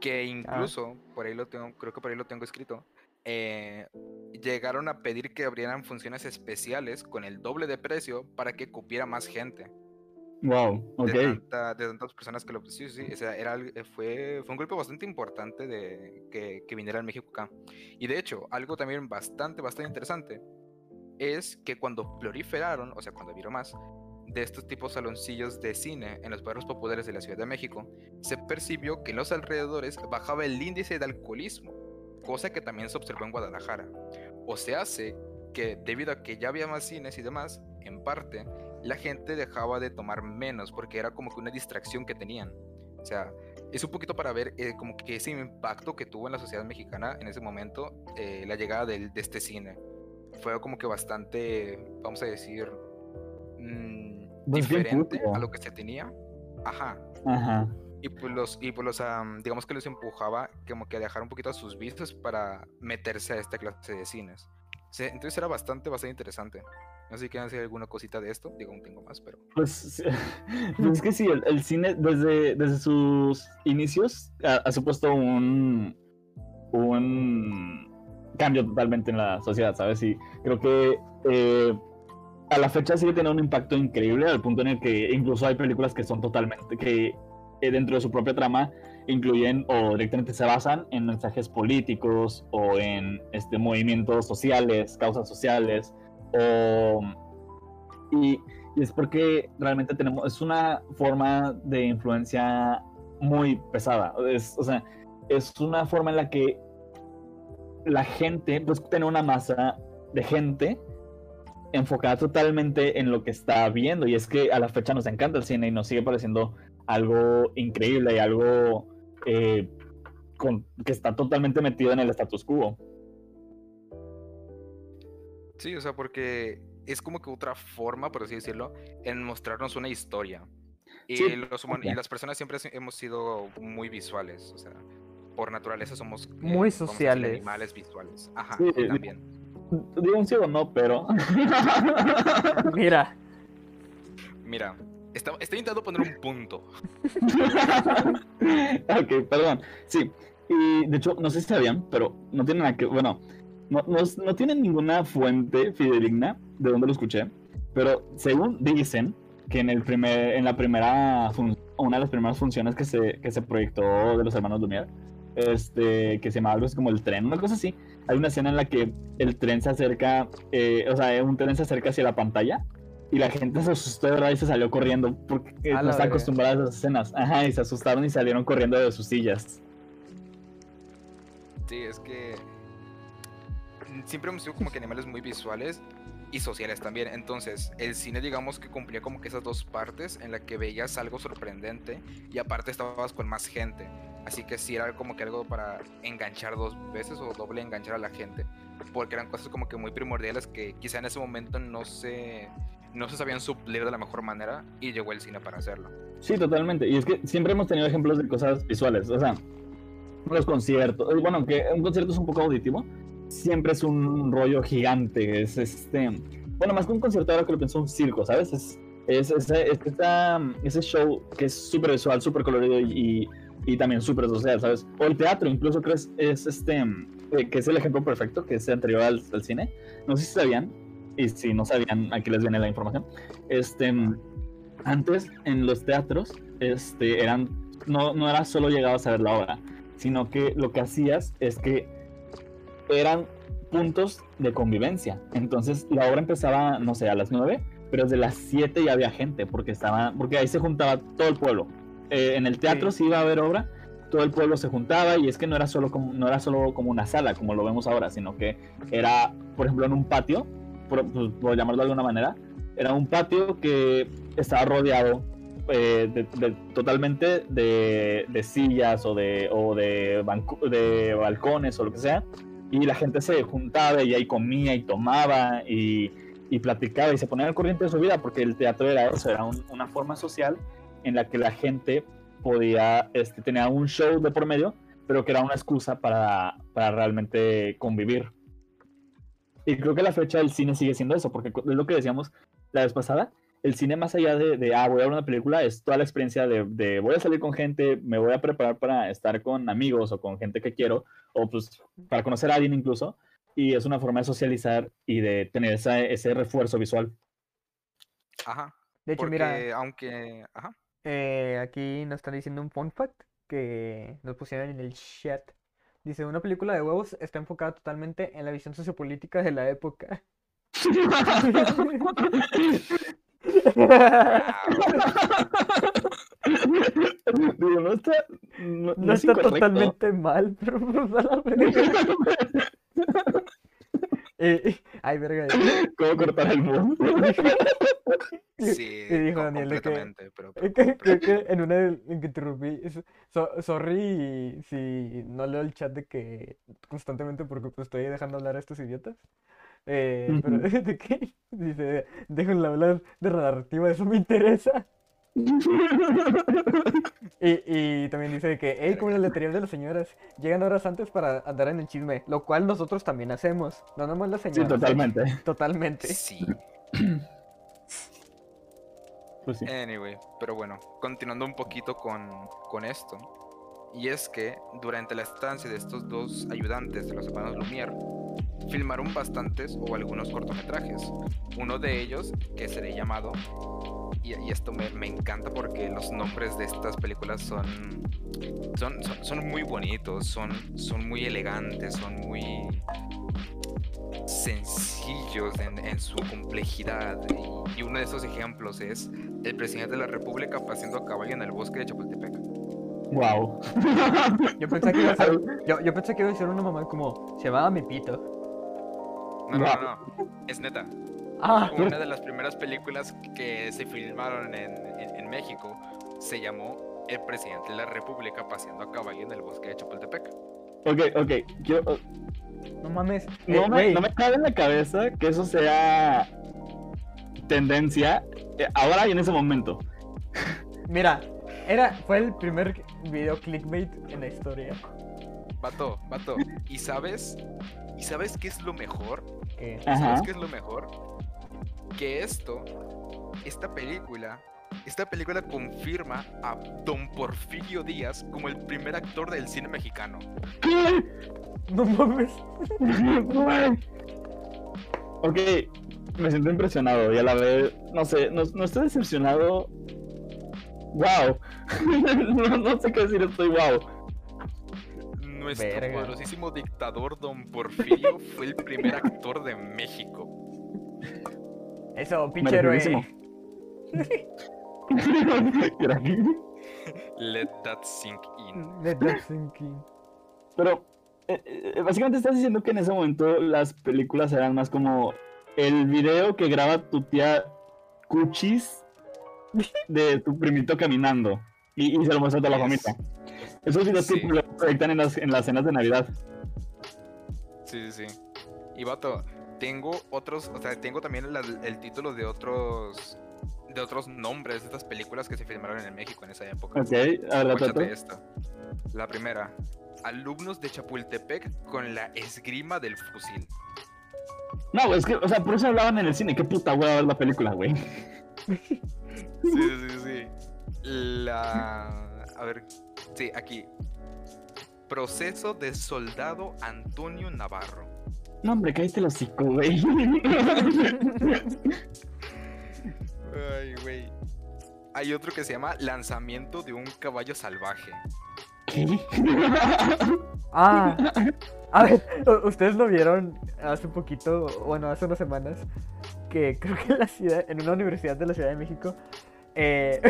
S3: Que incluso, por ahí lo tengo, creo que por ahí lo tengo escrito. eh, llegaron a pedir que abrieran funciones especiales con el doble de precio para que cupiera más gente
S2: Wow, ok.
S3: de, tanta- de tantas personas que lo... Sí, sí, o sea, era, al- eh, fue, fue un golpe bastante importante de, que, que viniera al México acá. Y de hecho, algo también bastante, bastante interesante es que cuando proliferaron, o sea, cuando vieron más, de estos tipos saloncillos de cine en los barrios populares de la Ciudad de México, se percibió que en los alrededores bajaba el índice de alcoholismo, cosa que también se observó en Guadalajara. O se hace que debido a que ya había más cines y demás, en parte, la gente dejaba de tomar menos porque era como que una distracción que tenían. O sea, es un poquito para ver eh, como que ese impacto que tuvo en la sociedad mexicana en ese momento eh, la llegada del- de este cine. Fue como que bastante, vamos a decir,
S2: Pues
S3: mm,
S2: bien
S3: diferente
S2: público.
S3: a lo que se tenía. Ajá,
S2: Ajá.
S3: y pues los, y pues los am, digamos que los empujaba como que a dejar un poquito a sus vistas para meterse a esta clase de cines. Se- entonces era bastante, bastante interesante. No sé si quieren hacer alguna cosita de esto. Digo, aún tengo más, pero.
S2: Pues, sí, pues es que sí, el, el cine desde, desde sus inicios ha, ha supuesto un, un cambio totalmente en la sociedad, ¿sabes? Y creo que eh, a la fecha sigue teniendo un impacto increíble al punto en el que incluso hay películas que son totalmente, que eh, dentro de su propia trama incluyen o directamente se basan en mensajes políticos o en este, movimientos sociales, causas sociales O, y, y es porque realmente tenemos, es una forma de influencia muy pesada. Es, o sea, es una forma en la que la gente, pues tiene una masa de gente enfocada totalmente en lo que está viendo. Y es que a la fecha nos encanta el cine y nos sigue pareciendo algo increíble y algo eh, con, que está totalmente metido en el status quo.
S3: Sí, o sea, porque es como que otra forma, por así decirlo, en mostrarnos una historia. Y,
S2: Sí,
S3: los human- y
S2: ok.
S3: las personas siempre se- hemos sido muy visuales, o sea, por naturaleza somos eh,
S1: Muy
S3: vamos a decir,
S1: sociales.
S3: animales visuales. Ajá,
S2: Sí, de-
S3: también.
S2: Digo un sí o no, pero.
S1: Mira,
S3: Mira, está- estoy intentando poner un punto.
S2: ok, perdón. Sí. Y de hecho, no sé si sabían, pero no tienen nada que. Bueno, no, no, no tienen ninguna fuente fidedigna de donde lo escuché. Pero según dicen que en el primer, en la primera fun- una de las primeras funciones que se, que se proyectó de los hermanos Lumière, este, que se llamaba algo así como el tren, una cosa así. Hay una escena en la que el tren se acerca, eh, o sea, un tren se acerca hacia la pantalla y la gente se asustó de verdad y se salió corriendo porque eh,
S1: A
S2: no
S1: la
S2: está
S1: verga.
S2: acostumbrada a esas escenas. Ajá, y se asustaron y salieron corriendo de sus sillas.
S3: Sí, es que siempre hemos sido como que animales muy visuales y sociales también. Entonces, el cine digamos que cumplía como que esas dos partes en la que veías algo sorprendente y aparte estabas con más gente. Así que sí era como que algo para enganchar dos veces o doble enganchar a la gente. Porque eran cosas como que muy primordiales que quizá en ese momento no se, no se sabían suplir de la mejor manera y llegó el cine para hacerlo.
S2: Sí, totalmente. Y es que siempre hemos tenido ejemplos de cosas visuales. O sea, los conciertos. eh, Bueno, aunque un concierto es un poco auditivo, siempre es un rollo gigante. Es este. Bueno, más que un concierto, ahora que lo pienso, un circo, ¿sabes? Es, es, es- es esta- ese show que es súper visual, súper colorido y, y también súper social, ¿sabes? O el teatro, incluso creo es, es este. eh, que es el ejemplo perfecto, que es anterior al, al cine. No sé si sabían, y si no sabían, aquí les viene la información. Este antes en los teatros este eran no, no era solo llegabas a ver la obra sino que lo que hacías es que eran puntos de convivencia entonces la obra empezaba no sé a las 9 pero desde las 7 ya había gente porque estaba porque ahí se juntaba todo el pueblo Eh, en el teatro
S1: Sí.
S2: sí iba a haber obra todo el pueblo se juntaba y es que no era solo como, no era solo como una sala como lo vemos ahora sino que era por ejemplo en un patio por- pues, por llamarlo de alguna manera era un patio que estaba rodeado eh, de- de- totalmente de, de sillas o de, o de, banco- de balcones o lo que sea. Y la gente se juntaba y ahí comía y tomaba y, y platicaba y se ponía al corriente de su vida porque el teatro era eso, era un- una forma social en la que la gente podía, este, tenía un show de por medio, pero que era una excusa para, para realmente convivir. Y creo que a la fecha el cine sigue siendo eso, porque cu- es lo que decíamos la vez pasada, el cine más allá de, de, ah, voy a ver una película, es toda la experiencia de, de voy a salir con gente, me voy a preparar para estar con amigos o con gente que quiero, o pues para conocer a alguien incluso, y es una forma de socializar y de tener esa- ese refuerzo visual.
S3: Ajá.
S1: de hecho,
S3: Porque
S1: mira,
S3: aunque... Ajá.
S1: eh, aquí nos están diciendo un fun fact que nos pusieron en el chat. Dice, una película de huevos está enfocada totalmente en la visión sociopolítica de la época.
S2: Digo, no está, no, no
S1: No
S2: es
S1: está
S2: incorrecto.
S1: totalmente mal, pero pues, a la verga. Eh, eh, ay, verga. eh,
S2: ¿Cómo cortar el mundo?
S3: Sí,
S1: y dijo
S3: co-
S1: Daniel de que-
S3: completamente, pero, pero-
S1: eh, que- Creo
S3: pero-
S1: que en una de- en que interrumpí. es- so- sorry si no leo el chat de que constantemente porque pues, estoy dejando hablar a estos idiotas. Eh, pero
S2: Ujú.
S1: de que dice, déjenla hablar de la narrativa, eso me interesa. Y, y también dice de que, hey, como en el letrero de las señoras, llegan horas antes para andar en el chisme, lo cual nosotros también hacemos, no nomás las
S2: Sí,
S1: señoras.
S2: totalmente.
S1: Totalmente.
S3: sí.
S2: Pues
S1: Eh.
S2: sí.
S3: Anyway, pero bueno, continuando un poquito con, con esto. Y es que durante la estancia de estos dos ayudantes de los hermanos Lumière, filmaron bastantes o algunos cortometrajes. Uno de ellos, que seré llamado, y, y esto me, me encanta porque los nombres de estas películas son, son, son, son muy bonitos, son, son muy elegantes, son muy... sencillos en, en su complejidad. Y, y uno de esos ejemplos es el presidente de la República paseando a caballo en el bosque de Chapultepec.
S2: Wow.
S1: Yo pensé que iba a ser, yo, yo pensé que iba a ser una mamá como, se va a mi pito.
S3: No, no, no, no, es neta.
S1: Ah,
S3: Una de las primeras películas que se filmaron en, en- en México se llamó El presidente de la República paseando a caballo en el bosque de Chapultepec.
S2: Ok, ok. Yo,
S1: no mames. Eh,
S2: no, me,
S1: güey,
S2: no me cabe en la cabeza que eso sea tendencia eh, ahora y en ese momento.
S1: Mira, era, fue el primer video clickbait en la historia.
S3: Vato, vato. ¿Y sabes? ¿Y sabes qué es lo mejor?
S1: Que,
S2: Ajá.
S3: ¿Sabes qué es lo mejor? Que esto, esta película, esta película confirma a Don Porfirio Díaz como el primer actor del cine mexicano.
S2: ¿Qué?
S1: no mames.
S2: Güey. ok, me siento impresionado y a la vez, no sé, no, no estoy decepcionado. Wow. no, no sé qué decir, estoy wow.
S3: Nuestro
S1: Verga.
S3: poderosísimo dictador Don Porfirio fue el primer actor de México.
S1: Eso, pinche héroe.
S3: Let that sink in.
S1: Let that sink in.
S2: Pero eh, eh, básicamente estás diciendo que en ese momento las películas eran más como el video que graba tu tía Cuchis de tu primito caminando y, y se lo muestra a toda la familia. Esos videos
S3: Sí.
S2: que lo proyectan en las, en las cenas de Navidad.
S3: Sí, sí, sí. Y vato, tengo otros, o sea, tengo también la- el título de otros de otros nombres de estas películas que se filmaron en México en esa época.
S2: Ok, a ver, la
S3: Guáchate
S2: trato.
S3: esta. La primera. Alumnos de Chapultepec con la esgrima del fusil.
S2: No, güey, es que, o sea, por eso hablaban en el cine. Qué puta hueva ver la película, güey.
S3: Sí, sí, sí. La. A ver. Sí, aquí. Proceso de soldado Antonio Navarro.
S2: No, hombre, caíste el hocico, güey.
S3: Ay, güey. Hay otro que se llama Lanzamiento de un caballo salvaje.
S2: ¿Qué?
S1: Ah, a ver, u- ustedes lo vieron hace un poquito, bueno, hace unas semanas, que creo que en la ciudad, en una universidad de la Ciudad de México, eh,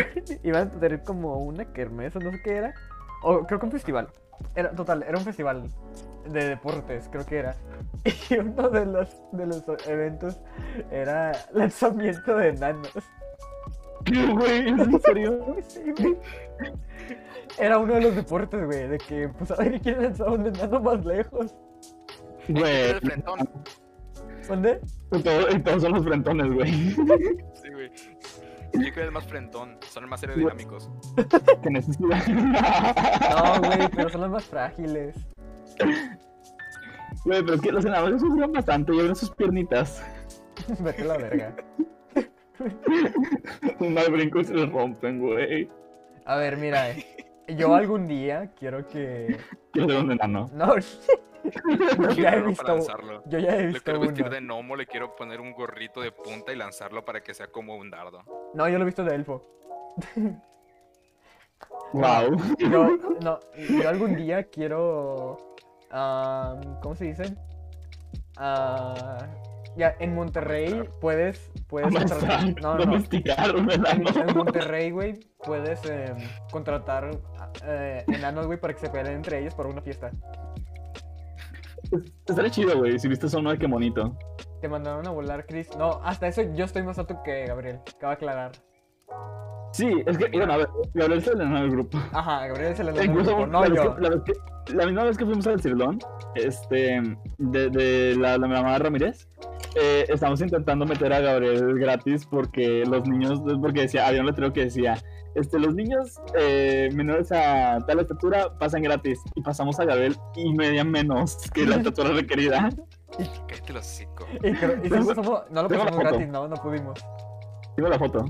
S1: iban a tener como una kermés o no sé qué era, o creo que un festival, era, total, era un festival de deportes, creo que era, y uno de los, de los eventos era lanzamiento de enanos.
S2: ¿Qué, güey? ¿Es en serio?
S1: Sí, güey. Era uno de los deportes, güey, de que, pues a ver quién lanzaba un enano más lejos.
S3: Era
S2: Güey.
S3: el frentón.
S1: ¿Dónde?
S2: Y todo- y todos son los frentones, güey.
S3: Sí, güey. Yo creo que era el más frentón. Son los más aerodinámicos.
S2: Que necesidad.
S1: No, güey, pero son las más frágiles.
S2: Güey, pero es que los senadores sufren bastante y abren sus piernitas.
S1: Vete a la verga.
S2: Un mal brinco y se les rompen, güey.
S1: A ver, mira, eh, yo algún día quiero que.
S2: Quiero ser un enano.
S1: No, yo
S3: Quiero
S1: ya he
S3: algo
S1: visto.
S3: para lanzarlo.
S1: Yo ya he
S3: Lo
S1: visto
S3: quiero vestir
S1: uno.
S3: de gnomo, le quiero poner un gorrito de punta y lanzarlo para que sea como un dardo.
S1: No, yo lo he visto de elfo.
S2: Wow.
S1: Yo, no, yo algún día quiero. am, ¿Cómo se dice? Ah, ya, en Monterrey
S3: Amasar.
S1: puedes. puedes contratar-
S2: Amasar,
S1: No, no, no.
S2: Domesticar un enano.
S1: En, en Monterrey, güey, puedes em, contratar eh, enanos, güey, para que se peleen entre ellos por una fiesta.
S2: Estaría chido, güey, si viste uno, qué bonito.
S1: Te mandaron a volar, Chris. No, hasta eso yo estoy más alto que Gabriel. Acaba de aclarar.
S2: Sí, es que, bueno, a ver, Gabriel es el enano del grupo.
S1: Ajá, Gabriel es el
S2: E
S1: enano. del
S2: incluso
S1: grupo, No,
S2: la, vez
S1: yo.
S2: que- la vez que- la misma vez que fuimos al Cirlón, este, de, de la, la mamá de Ramírez, eh, estamos intentando meter a Gabriel gratis porque los niños, pues, porque decía, había un letrero que decía, este, los niños eh, menores a tal estatura pasan gratis y pasamos a Gabriel y media menos que la estatura requerida.
S3: Cállate los hocico.
S1: Y, creo- y sí lo pasamos- no lo
S2: Tengo la
S1: pasamos
S2: foto.
S1: gratis, no, no pudimos.
S2: Tengo la foto.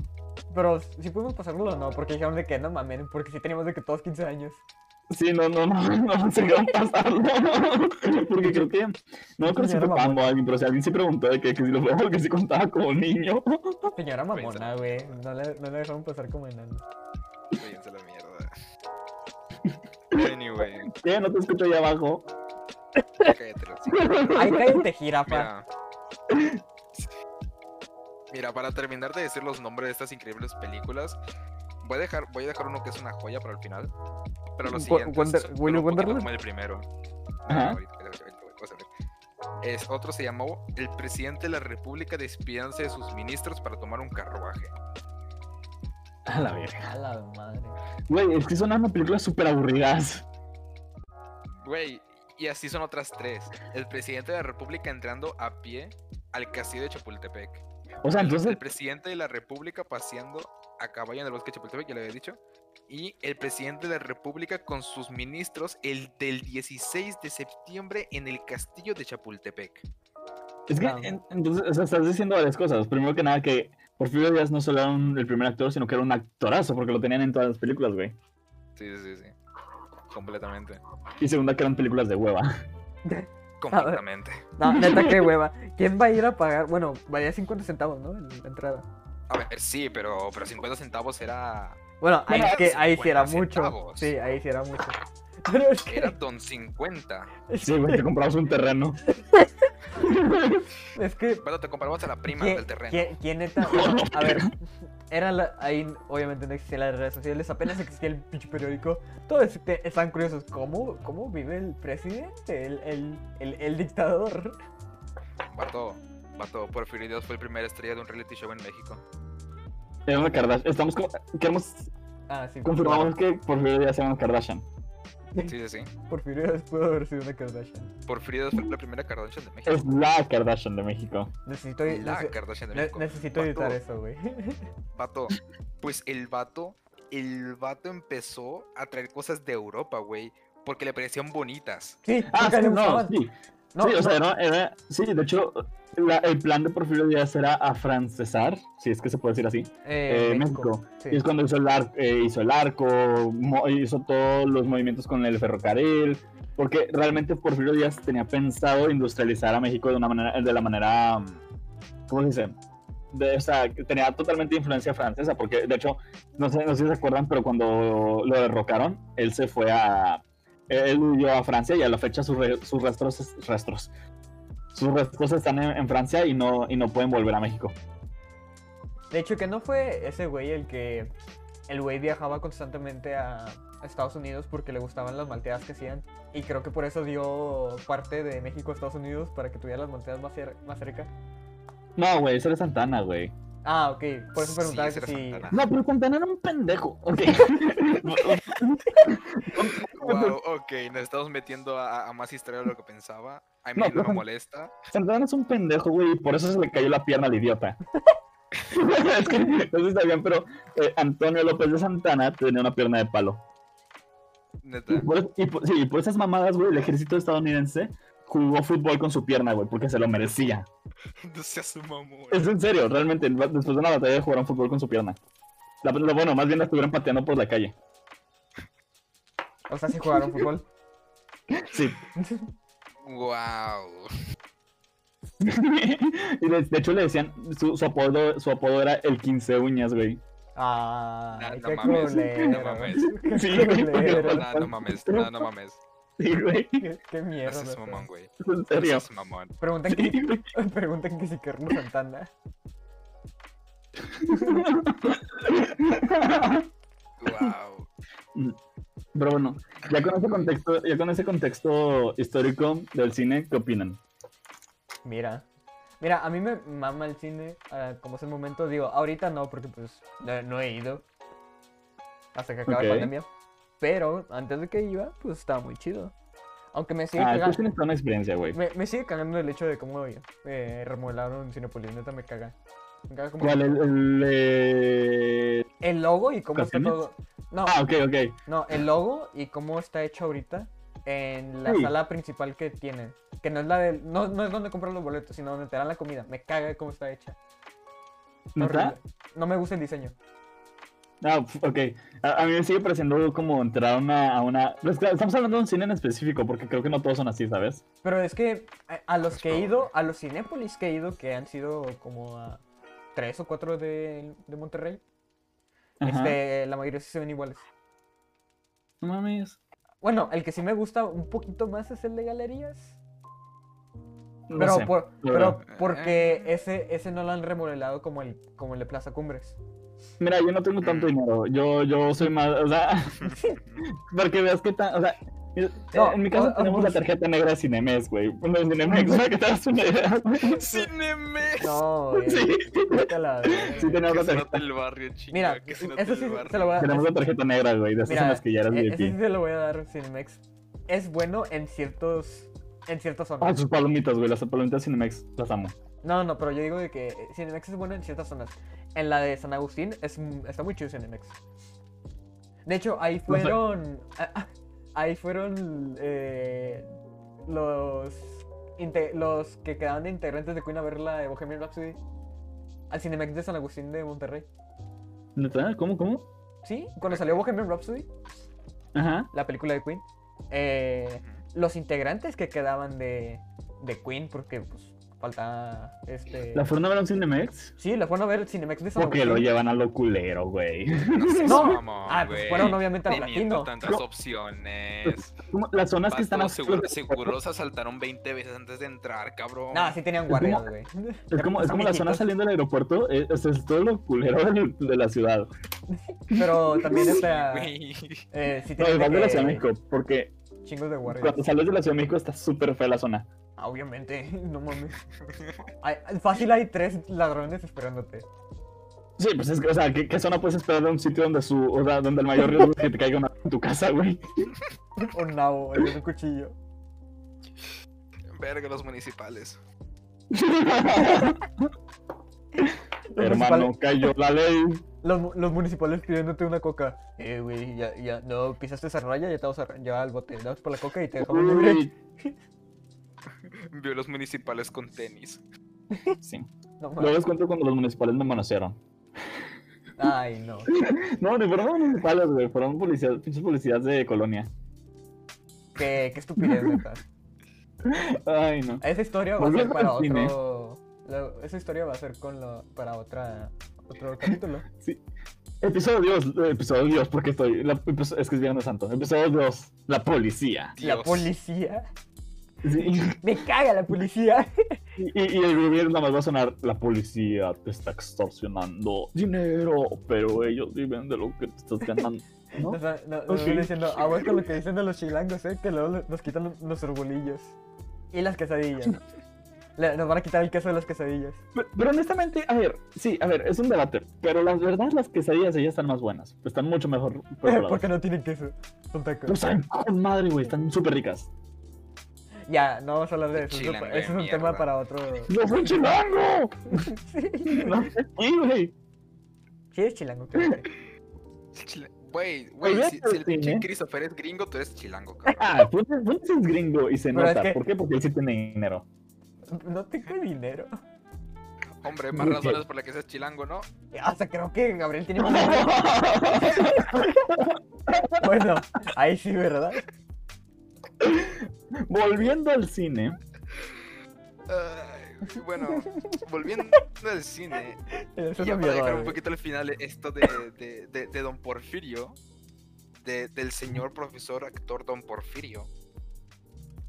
S1: Pero sí pudimos pasarlo o no, porque dijeron de que no mamen, porque sí teníamos de que todos 15 años.
S2: Sí, no, no, no, no conseguieron pasarlo. Porque creo que, no creo si fue
S1: Señora
S2: Pambo o alguien, pero si alguien se preguntó de que, que si lo fue porque se contaba como niño.
S1: Señora mamona,
S3: Pensaba.
S1: güey. No le, no le dejaron pasar como enano.
S3: Váyanse a la mierda. Anyway,
S2: ¿Qué? No te escucho ahí abajo.
S3: Cállate, los hijos.
S1: Ay, cállate, jirafa.
S3: Mira. Mira, para terminar de decir los nombres de estas increíbles películas, voy a dejar, voy a dejar uno que es una joya para el final. Pero los
S1: Wo-
S3: siguientes
S1: Wonder-
S3: son-
S1: Willy
S3: fueron un poquito
S1: Wonderland.
S3: como el primero.
S2: Ajá.
S3: Ah, ahorita, ahorita, ahorita, ahorita, vas a ver. Es, otro se llamó El presidente de la República despidiéndose de sus ministros para tomar un carruaje.
S2: A la verga.
S1: A la madre.
S2: Güey, es que son unas películas súper aburridas.
S3: Güey, y así son otras tres. El presidente de la República entrando a pie al castillo de Chapultepec.
S2: O sea, entonces,
S3: El presidente de la República paseando a caballo en el bosque de Chapultepec, ya lo había dicho. Y el presidente de la República con sus ministros el del 16 de septiembre en el castillo de Chapultepec.
S2: es que,
S1: Ah.
S2: en- entonces, o sea, estás diciendo varias cosas. Primero que nada, que Porfirio Díaz no solo era un- el primer actor, sino que era un actorazo, porque lo tenían en todas las películas, güey.
S3: Sí, sí, sí, sí. Completamente.
S2: Y segunda, que eran películas de hueva.
S3: Completamente.
S1: No, neta, qué hueva. ¿Quién va a ir a pagar? Bueno, valía 50 centavos, ¿no? En La entrada.
S3: A ver, sí, pero, pero 50 centavos era.
S1: Bueno, ahí,
S3: Bueno,
S1: es que, ahí sí era
S3: 50
S1: mucho.
S3: centavos.
S1: Sí, ahí sí era mucho. Pero es que,
S3: Era don 50.
S2: Sí, güey, te comprabas un terreno.
S1: es que
S3: Bueno, te comprabas a la prima
S1: ¿Quién-
S3: del terreno.
S1: ¿Quién, quién neta? Bueno, a ver, era la- ahí obviamente no existían las redes sociales, apenas existía el pinche periódico. Todos este- estaban curiosos, ¿cómo, cómo vive el presidente, el, el, el- el dictador?
S3: Vato, vato, Porfirio Díaz fue el primer estrella de un reality show en México.
S2: Era una Kardashian. Estamos como- queremos
S1: Ah, sí.
S2: confirmamos que Porfirio Díaz era una Kardashian.
S3: Sí, sí, sí.
S1: Porfirio Díaz pudo haber sido una Kardashian.
S3: Porfirio Díaz fue la primera Kardashian de México.
S2: Es la Kardashian de México.
S1: Necesito, nece-
S3: La
S1: ne-
S3: Kardashian de México.
S1: necesito
S3: Vato,
S1: editar eso, güey.
S3: Vato, pues el vato, el vato empezó a traer cosas de Europa, güey, porque le parecían bonitas.
S1: Sí,
S2: Ah,
S1: nunca
S2: sí,
S1: le
S2: no,
S1: gustaban.
S2: sí.
S1: No,
S2: sí, o
S1: no,
S2: sea, era, era- sí, de hecho, la- el plan de Porfirio Díaz era afrancesar, si es que se puede decir así,
S1: eh,
S2: eh,
S1: sí.
S2: Y es cuando hizo el, ar- eh, hizo el arco, mo- hizo todos los movimientos con el ferrocarril, porque realmente Porfirio Díaz tenía pensado industrializar a México de una manera, de la manera, mm, ¿cómo se dice? De, o sea, que tenía totalmente influencia francesa, porque de hecho, no sé, no sé si se acuerdan, pero cuando lo derrocaron, él se fue a, él huyó a Francia y a la fecha sus, re- sus rastros, rastros, sus rastros están en, en Francia y no, y no pueden volver a México.
S1: De hecho, que no fue ese güey el que. El güey viajaba constantemente a Estados Unidos porque le gustaban las malteadas que hacían. Y creo que por eso dio parte de México a Estados Unidos para que tuviera las malteadas más, cer- más cerca.
S2: No, güey, eso era Santana, güey.
S1: Ah, ok. Por eso
S3: Sí,
S1: preguntaba
S3: ese
S1: que
S3: era
S1: si.
S3: Santana.
S2: No, pero Santana era un pendejo. Ok.
S3: Wow, ok, nos estamos metiendo a, a más historia de lo que pensaba. A mí
S2: No,
S3: no me
S2: pero-
S3: molesta.
S2: Santana es un pendejo, güey, y por eso se le cayó la pierna al idiota. es que, no sé si sabían, pero eh, Antonio López de Santana tenía una pierna de palo. Y
S3: Neta.
S2: por, es- y por- sí, y por esas mamadas, güey, el ejército estadounidense jugó fútbol con su pierna, güey, porque se lo merecía.
S3: No seas un mamón.
S2: Es en serio, realmente, el va- después de una batalla jugaron fútbol con su pierna. La- la- bueno, más bien la estuvieron pateando por la calle.
S1: O sea, si jugaron fútbol.
S2: Sí,
S3: Wow.
S2: y de, de hecho le decían, su, su apodo, su apodo era el 15 uñas, güey.
S1: Ah,
S3: Nah, no
S1: qué
S3: mames, no
S1: culero.
S3: mames.
S1: Qué
S2: Sí, güey,
S1: culero,
S2: pero-
S3: No, no mames, no, no mames.
S2: Sí, güey,
S1: qué- Qué
S3: No
S1: mierda.
S3: seas
S1: o sea.
S3: mamón, güey.
S2: es en
S3: No
S2: serio.
S3: seas mamón.
S1: Preguntan que,
S2: Sí, güey.
S1: preguntan que si Carlos Santana.
S3: Wow.
S2: Pero bueno, ya con ese contexto, ya con ese contexto histórico del cine, ¿qué opinan?
S1: Mira. Mira, a mí me mama el cine, ah, como es el momento, digo, ahorita no, porque pues no, no he ido hasta que acabe
S2: Ok.
S1: la pandemia. Pero antes de que iba, pues estaba muy chido. Aunque me sigue,
S2: ah,
S1: caga-
S2: tú tienes toda una experiencia, güey.
S1: me, me sigue cagando el hecho de cómo eh, remodelaron Cinepolis, neta me caga. Me caga como
S2: ¿Cuál el, el, eh,
S1: el logo y cómo está
S2: ¿Canciones?
S1: todo. No,
S2: Ah, ok, ok.
S1: no, el logo y cómo está hecho ahorita en la
S2: Sí.
S1: sala principal que tienen. Que no es la del, no, no es donde compran los boletos, sino donde te dan la comida. Me caga cómo está hecha.
S2: ¿No está?
S1: Horrible. No me gusta el diseño.
S2: Ah, pf, ok. A, a mí me sigue pareciendo como entrar a una... a una- pues, claro, estamos hablando de un cine en específico, porque creo que no todos son así, ¿sabes?
S1: Pero es que a, a los
S3: Es
S1: que he ido,
S3: probable.
S1: a los Cinépolis que he ido, que han sido como a tres o cuatro de, de Monterrey,
S2: Ajá.
S1: este, la mayoría sí se ven iguales.
S2: No mames.
S1: Bueno, el que sí me gusta un poquito más es el de galerías.
S2: No
S1: pero,
S2: sé.
S1: por-
S2: pero-
S1: pero
S3: Eh,
S1: porque ese, ese no lo han remodelado como el, como el de Plaza Cumbres.
S2: Mira, yo no tengo
S1: Mm.
S2: tanto dinero. Yo, yo soy más. O sea, para que veas que tan. O sea, mira,
S1: No,
S2: en mi caso
S1: o- pues, o-
S2: tenemos la tarjeta negra de Cinemex, güey. Bueno, de Cinemex, para que te hagas una idea.
S3: Cinemex.
S1: No, güey.
S2: Sí.
S1: vete a la verga.
S2: Sí, tenemos
S3: Que
S2: la
S3: se
S2: tarjeta,
S3: note el barrio, chica.
S1: Mira,
S3: que se note
S1: eso
S3: el
S1: sí
S3: barrio.
S1: se lo voy a
S2: tenemos la tarjeta negra, güey. De esas en
S1: Mira,
S2: las que ya eras
S1: e- ese sí
S2: VIP.
S1: se lo voy a dar Cinemex. Es bueno en ciertos en ciertas
S2: Ah,
S1: zonas.
S2: sus palomitas, güey. Las palomitas Cinemex, las amo.
S1: No, no, pero yo digo de que eh, Cinemex es bueno en ciertas zonas. En la de San Agustín es, m- está muy chido Cinemex. De hecho, ahí
S2: No sé.
S1: fueron ah, ah, ahí fueron eh, los inte- los que quedaban de integrantes de Queen a ver la de Bohemian Rhapsody al Cinemex de San Agustín de Monterrey.
S2: ¿Neta? ¿Cómo, cómo?
S1: Sí, cuando salió Bohemian Rhapsody,
S2: Ajá.
S1: la película de Queen, eh, los integrantes que quedaban de, de Queen, porque pues faltaba este.
S2: ¿La fueron a ver a un Cinemex?
S1: Sí, la fueron a ver Cinemex de San
S2: Porque lo
S1: Agustín.
S2: llevan a lo culero, güey.
S3: No, seas
S1: No.
S3: mamón,
S1: Ah, pues
S3: güey.
S1: fueron obviamente al platino.
S3: Teniendo tantas opciones.
S2: ¿Cómo- Las zonas que están
S3: Vato,
S2: afuera-
S3: seguro, seguro los asaltaron 20 veces antes de entrar, cabrón.
S1: No, sí tenían guardias, güey. pues
S2: Es como, es como la zona saliendo del aeropuerto, es, es- es todo lo culero del- de, la ciudad.
S1: Pero también
S3: Sí,
S1: está.
S3: güey.
S1: Eh, sí
S2: No,
S1: tenían
S2: igual de la Ciudad de
S1: que
S2: México, porque
S1: chingos de guardias.
S2: cuando sales de la Ciudad de México está súper fea la zona.
S1: Ah, Obviamente, no mames. Hay- fácil hay tres ladrones esperándote.
S2: Sí, pues es que, o sea, ¿qué, qué zona puedes esperar de un sitio donde su, o sea, donde el mayor riesgo es que te caiga una en tu casa, güey?
S1: Un nabo, güey, un cuchillo.
S3: Verga los municipales.
S2: Hermano, cayó la ley.
S1: Los, mu- los municipales pidiéndote una coca. Eh, güey, ya, ya, no, pisaste esa raya, ya te vas a llevar al bote. Damos por la coca y te dejamos libre.
S2: Uy,
S3: Vio los municipales con tenis.
S2: sí.
S1: No
S2: Luego
S1: mames.
S2: les cuento cuando los municipales me manosearon.
S1: Ay, no.
S2: No, ni fueron municipales, güey, fueron policías, pinches policías de colonia.
S1: Qué, qué estupidez, neta.
S2: Ay, no.
S1: Esa historia va a ser
S2: Volviendo
S1: para
S2: al cine.
S1: otro. lo- esa historia va a ser con lo, para otra, otro capítulo.
S2: Episodio 2, episodio 2, porque estoy. la- es que es Viernes Santo. Episodio 2, la policía.
S1: La
S3: Dios.
S1: policía.
S2: Sí,
S1: Me caga la policía.
S2: Y, y el gobierno nada más va a sonar: la policía te está extorsionando dinero, pero ellos viven de lo que te estás ganando. ¿no?
S1: Nos van- nos- nos
S2: Ok.
S1: van diciendo, aguas con lo que dicen de los chilangos, eh, que luego lo- nos quitan los, los orgulillos. Y las quesadillas. Le- nos van a quitar el queso de las quesadillas.
S2: Pero, pero honestamente, a ver, sí, a ver, es un debate. Pero la verdad, las quesadillas ellas están más buenas. Están mucho mejor. preparadas.
S1: Porque Eh, no tienen queso. Son tacos.
S2: Pues, ay, con madre, güey, están súper ricas.
S1: Ya, no vamos a hablar de eso. Eso
S3: Chilango de
S1: es un
S3: mierda.
S1: tema para otro.
S2: ¡Yo soy chilango! No, sí, güey.
S1: Sí, es chilango, creo que.
S3: Chila- Güey, güey,
S2: Oye,
S3: si,
S2: pero
S3: si el pinche
S2: sí, ¿eh?
S3: Christopher es gringo, tú eres chilango, cabrón.
S2: Ah, pues pues es gringo y se
S1: Pero es
S2: nota.
S1: que-
S2: ¿Por qué? Porque él sí tiene dinero.
S1: No tengo dinero.
S3: Hombre, más
S2: Porque-
S3: razones por las que seas chilango, ¿no?
S1: Hasta creo que Gabriel tiene más dinero. Bueno, ahí sí, ¿verdad?
S2: Volviendo al cine,
S3: Ay, bueno, volviendo al cine,
S1: Eso
S3: ya
S1: no
S3: para dejar
S1: mierda,
S3: un
S1: güey.
S3: poquito al final esto de, de, de- de Don Porfirio, de- del señor profesor actor Don Porfirio.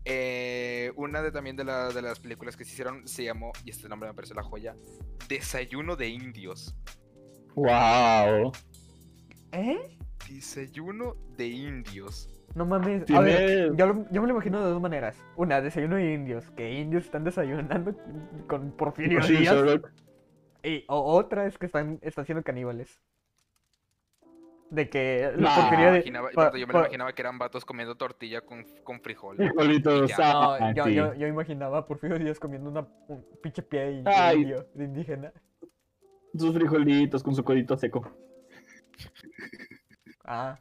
S3: eh, una de también de, la- de las películas que se hicieron se llamó, y este nombre me parece la joya, Desayuno de Indios.
S2: wow.
S1: ¿Eh?
S3: Desayuno de Indios.
S1: No mames. A
S2: Tiene-
S1: ver, yo, lo- yo me lo imagino de dos maneras. Una, desayuno de indios, que indios están desayunando con Porfirio
S2: Sí,
S1: Díaz.
S2: Sherlock.
S1: Y o- otra es que están, están siendo caníbales. De que
S2: Nah.
S1: Porfirio de-
S3: Imaginaba-
S1: Eh, pa-
S3: yo me
S1: pa-
S3: lo imaginaba que eran vatos comiendo tortilla con, con frijol.
S2: Frijolitos,
S3: Ya.
S1: No,
S2: ah,
S1: yo,
S2: sí.
S1: yo, yo imaginaba a Porfirio Díaz comiendo una un pinche pie de de
S2: Ay.
S1: indio, de indígena.
S2: Sus frijolitos con su codito seco.
S1: Ah,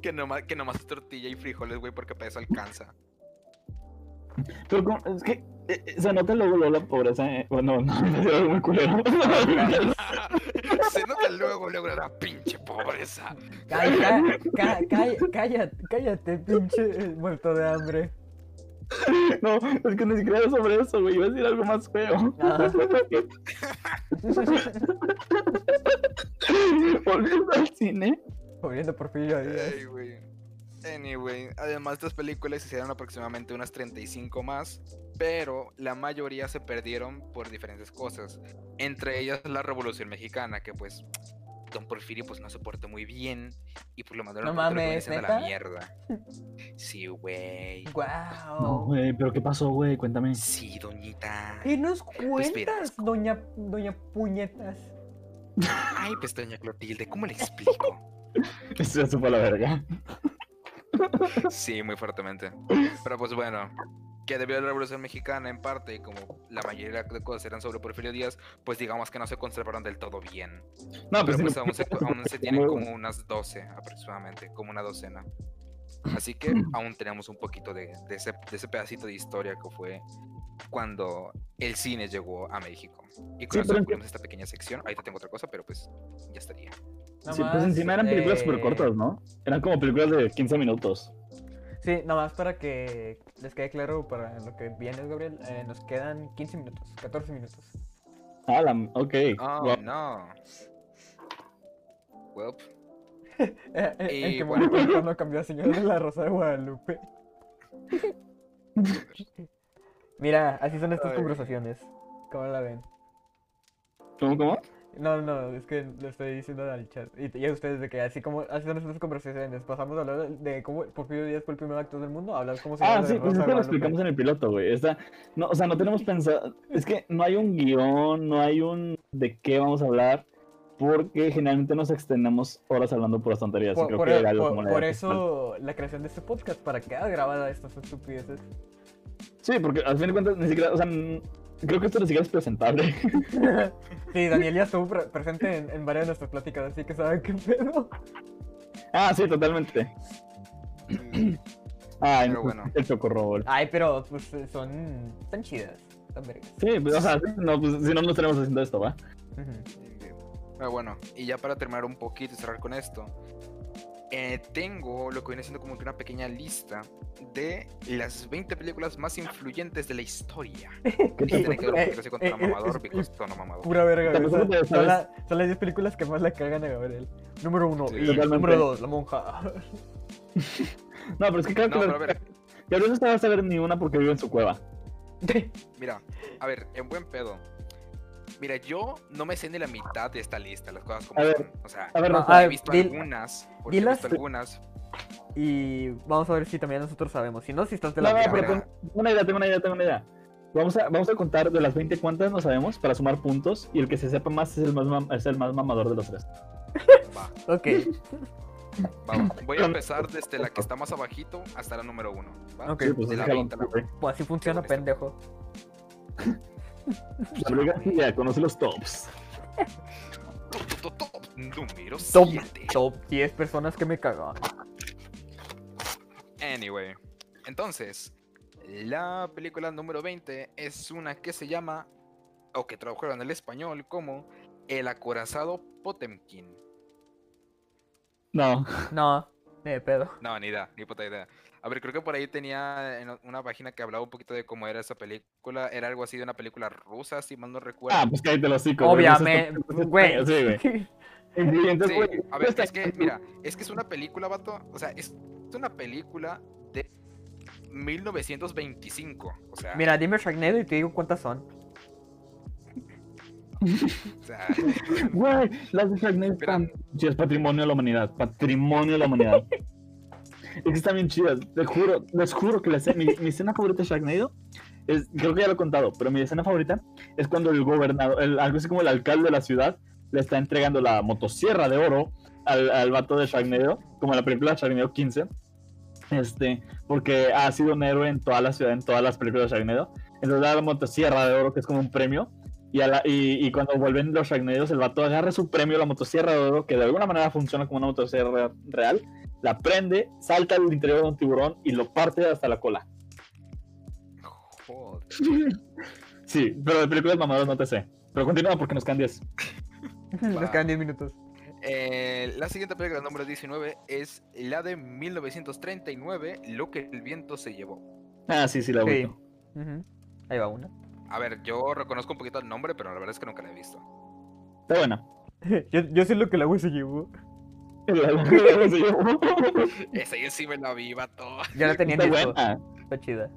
S3: Que nomás, que nomás es tortilla y frijoles, güey, porque para eso alcanza.
S2: Pero como- es que eh, eh, se nota luego luego la pobreza. eh, Bueno, no, es muy culero.
S3: Se nota luego, luego la pinche pobreza.
S1: Cállate, cállate, cállate, cállate, pinche eh, muerto de hambre.
S2: No, es que ni siquiera era sobre eso, güey. Iba a decir algo más feo.
S1: Ah.
S2: Volviendo al cine.
S1: Volviendo a Porfirio Díaz.
S3: Ay, güey. Anyway, además de estas películas hicieron aproximadamente unas 35 más, pero la mayoría se perdieron por diferentes cosas, entre ellas la Revolución Mexicana, que pues Don Porfirio pues no se portó muy bien y pues lo mandaron
S1: No
S3: a un
S1: mames,
S3: punto de la
S1: ¿neta?
S3: mierda. Sí, güey.
S2: No,
S1: ¡Guau!
S2: güey, pero ¿qué pasó, güey? Cuéntame.
S3: Sí, doñita.
S1: ¿Qué nos
S3: espera,
S1: cuentas, doña, doña Puñetas?
S3: Ay, pues doña Clotilde, ¿cómo le explico?
S2: Eso se fue a la verga.
S3: Sí, muy fuertemente. Pero pues bueno, que debido a la Revolución Mexicana en parte, y como la mayoría de cosas eran sobre Porfirio Díaz, pues digamos que no se conservaron del todo bien.
S2: No,
S3: Pero
S2: si
S3: pues
S2: no-
S3: aún se, aún se tienen como unas 12 aproximadamente, como una docena. Así que aún tenemos un poquito de, de ese, de ese pedacito de historia que fue cuando el cine llegó a México. Y
S2: Sí,
S3: con eso
S2: pero-
S3: concluimos esta pequeña sección. Ahorita tengo otra cosa, pero pues ya estaría.
S1: Nada
S2: Sí, pues
S1: más,
S2: encima eran películas
S1: eh,
S2: súper cortas, ¿no? Eran como películas de 15 minutos.
S1: Sí, nada más para que les quede claro para lo que viene, Gabriel. eh, nos quedan 15 minutos, 14 minutos.
S2: Ah, la... ok.
S3: Oh,
S2: Wow.
S3: no. Welp.
S1: Eh, eh,
S3: Y
S1: ¿En qué
S3: bueno.
S1: momento no cambió a Señora de la Rosa de Guadalupe? Mira, así son estas
S3: Ay.
S1: conversaciones. ¿Cómo la ven?
S2: ¿Cómo, cómo?
S1: No, no, es que lo estoy diciendo al chat. Y, y a ustedes de que así como así son estas conversaciones. Pasamos a hablar de cómo Porfirio Díaz fue el primer actor del mundo, a hablar como Señora
S2: Ah,
S1: de
S2: sí,
S1: la
S2: pues
S1: Rosa
S2: esto
S1: de
S2: lo
S1: Guadalupe.
S2: explicamos en el piloto, güey. Esta- no, o sea, no tenemos pensado. Es que no hay un guión, no hay un de qué vamos a hablar, porque generalmente nos extendemos horas hablando por las tonterías. y
S1: Por,
S2: creo
S1: por- e,
S2: que era algo
S1: por-
S2: como la
S1: por
S2: idea principal.
S1: eso la creación de este podcast, para que quede grabada estas estupideces.
S2: Sí, porque al fin de cuentas, ni siquiera. O sea, n- creo que esto ni siquiera es presentable.
S1: Sí, Daniel ya estuvo pre- presente en, en varias de nuestras pláticas, así que sabe qué pedo.
S2: ah, sí, totalmente. Ah,
S3: Pero bueno.
S2: el chocorrobol.
S1: Ay, pero pues son tan chidas, tan vergas.
S2: Sí, pues, o sea, no, pues, si no nos tenemos haciendo esto, ¿va?
S1: Ujú.
S3: Pero Ah, bueno, y ya para terminar un poquito y cerrar con esto, eh, tengo lo que viene siendo como que una pequeña lista de las 20 películas más influyentes de la historia.
S2: ¿Qué
S3: Y
S2: te-
S3: tiene que
S1: Eh,
S3: ver porque soy contra
S1: eh, eh,
S3: mamador,
S1: es-
S3: because tono mamador.
S1: Pura verga,
S2: Tal
S1: güey.
S2: vez
S1: Son,
S2: no te
S1: son
S2: sabes.
S1: la- son las 10 películas que más la cagan a Gabriel. Número 1,
S3: Sí,
S1: y
S2: totalmente.
S1: número 2, La Monja.
S2: No, pero es que claro
S3: No,
S2: que.
S3: pero
S2: la-
S3: a ver,
S2: Y a veces no vas a ver ni una porque vive en su cueva.
S3: mira, a ver, en buen pedo. Mira, yo no me sé ni la mitad de esta lista, las cosas como
S2: A ver,
S3: son. O sea,
S2: A ver,
S1: No,
S2: Rafa,
S1: a
S3: he
S1: ver,
S3: visto
S1: dil-
S3: algunas, porque he
S1: dilas-
S3: visto algunas.
S1: y vamos a ver si también nosotros sabemos. Si no, si estás de la
S2: No, no,
S1: verga.
S2: pero
S3: verga.
S2: tengo una idea, tengo una idea, tengo una idea. Vamos a, vamos a contar de las 20 cuantas no sabemos para sumar puntos y el que se sepa más es el más, mam- es el más mamador de los tres.
S3: Va,
S2: pues-
S1: Ok,
S3: va, va. Voy a empezar desde la que está más abajito hasta la número uno. ¿va?
S1: Ok.
S2: Sí, pues
S3: De la
S2: déjalo,
S3: 20 a la-
S2: güey.
S1: pues así funciona,
S3: Qué bonito.
S1: pendejo.
S2: Pues, amiga, ya conoce los tops.
S3: Top, top, top, número
S1: Top,
S3: 7.
S1: top 10 personas que me cagaban.
S3: Anyway, entonces, la película número 20 es una que se llama, o que tradujeron al español como El acorazado Potemkin.
S2: No,
S1: No, ni de pedo.
S3: No, ni idea, ni puta idea. A ver, creo que por ahí tenía en o- una página que hablaba un poquito de cómo era esa película. Era algo así de una película rusa, si mal no recuerdo.
S2: ah, pues cállate los hocico. güey, no seas
S1: Obviamente,
S2: tan-
S1: güey.
S2: Sí, güey. Influyentes,
S3: Sí,
S2: güey.
S3: a ver, es que, mira, es que es una película, vato. O sea, es una película de 1925. O sea,
S1: Mira, dime Sharknado y te digo cuántas son.
S3: o sea,
S2: Güey, las de Sharknado
S3: Espera.
S2: están chidas, patrimonio de la humanidad, patrimonio de la humanidad. es que están bien chidas, te juro, les juro que la escena- mi, mi escena favorita de Sharknado es, creo que ya lo he contado, pero mi escena favorita es cuando el gobernador, el- algo así como el alcalde de la ciudad, le está entregando la motosierra de oro al, al vato de Sharknado, como en la película Sharknado 15, este, porque ha sido un héroe en toda la ciudad, en todas las películas de Sharknado, entonces le da la motosierra de oro, que es como un premio, y, a la- y, y cuando vuelven los Sharknados, el vato agarra su premio, la motosierra de oro, que de alguna manera funciona como una motosierra real, la prende, salta al interior de un tiburón y lo parte hasta la cola.
S3: joder.
S2: Sí, pero de películas mamadas no te sé. Pero continúa porque nos cambies.
S1: Nos quedan 10 minutos.
S3: Eh, la siguiente película, número 19, es la de 1939, Lo que el viento se llevó.
S2: Ah, sí, sí, la
S1: Sí.
S2: vi.
S1: Ujú. Ahí va una.
S3: A ver, yo reconozco un poquito el nombre, pero la verdad es que nunca la he visto.
S2: Está buena.
S1: Yo, yo sé lo que la güey se llevó.
S3: Esa yo sí me la vi, todo.
S1: Yo no tenía
S2: Está
S1: ni eso.
S2: buena.
S1: Está chida.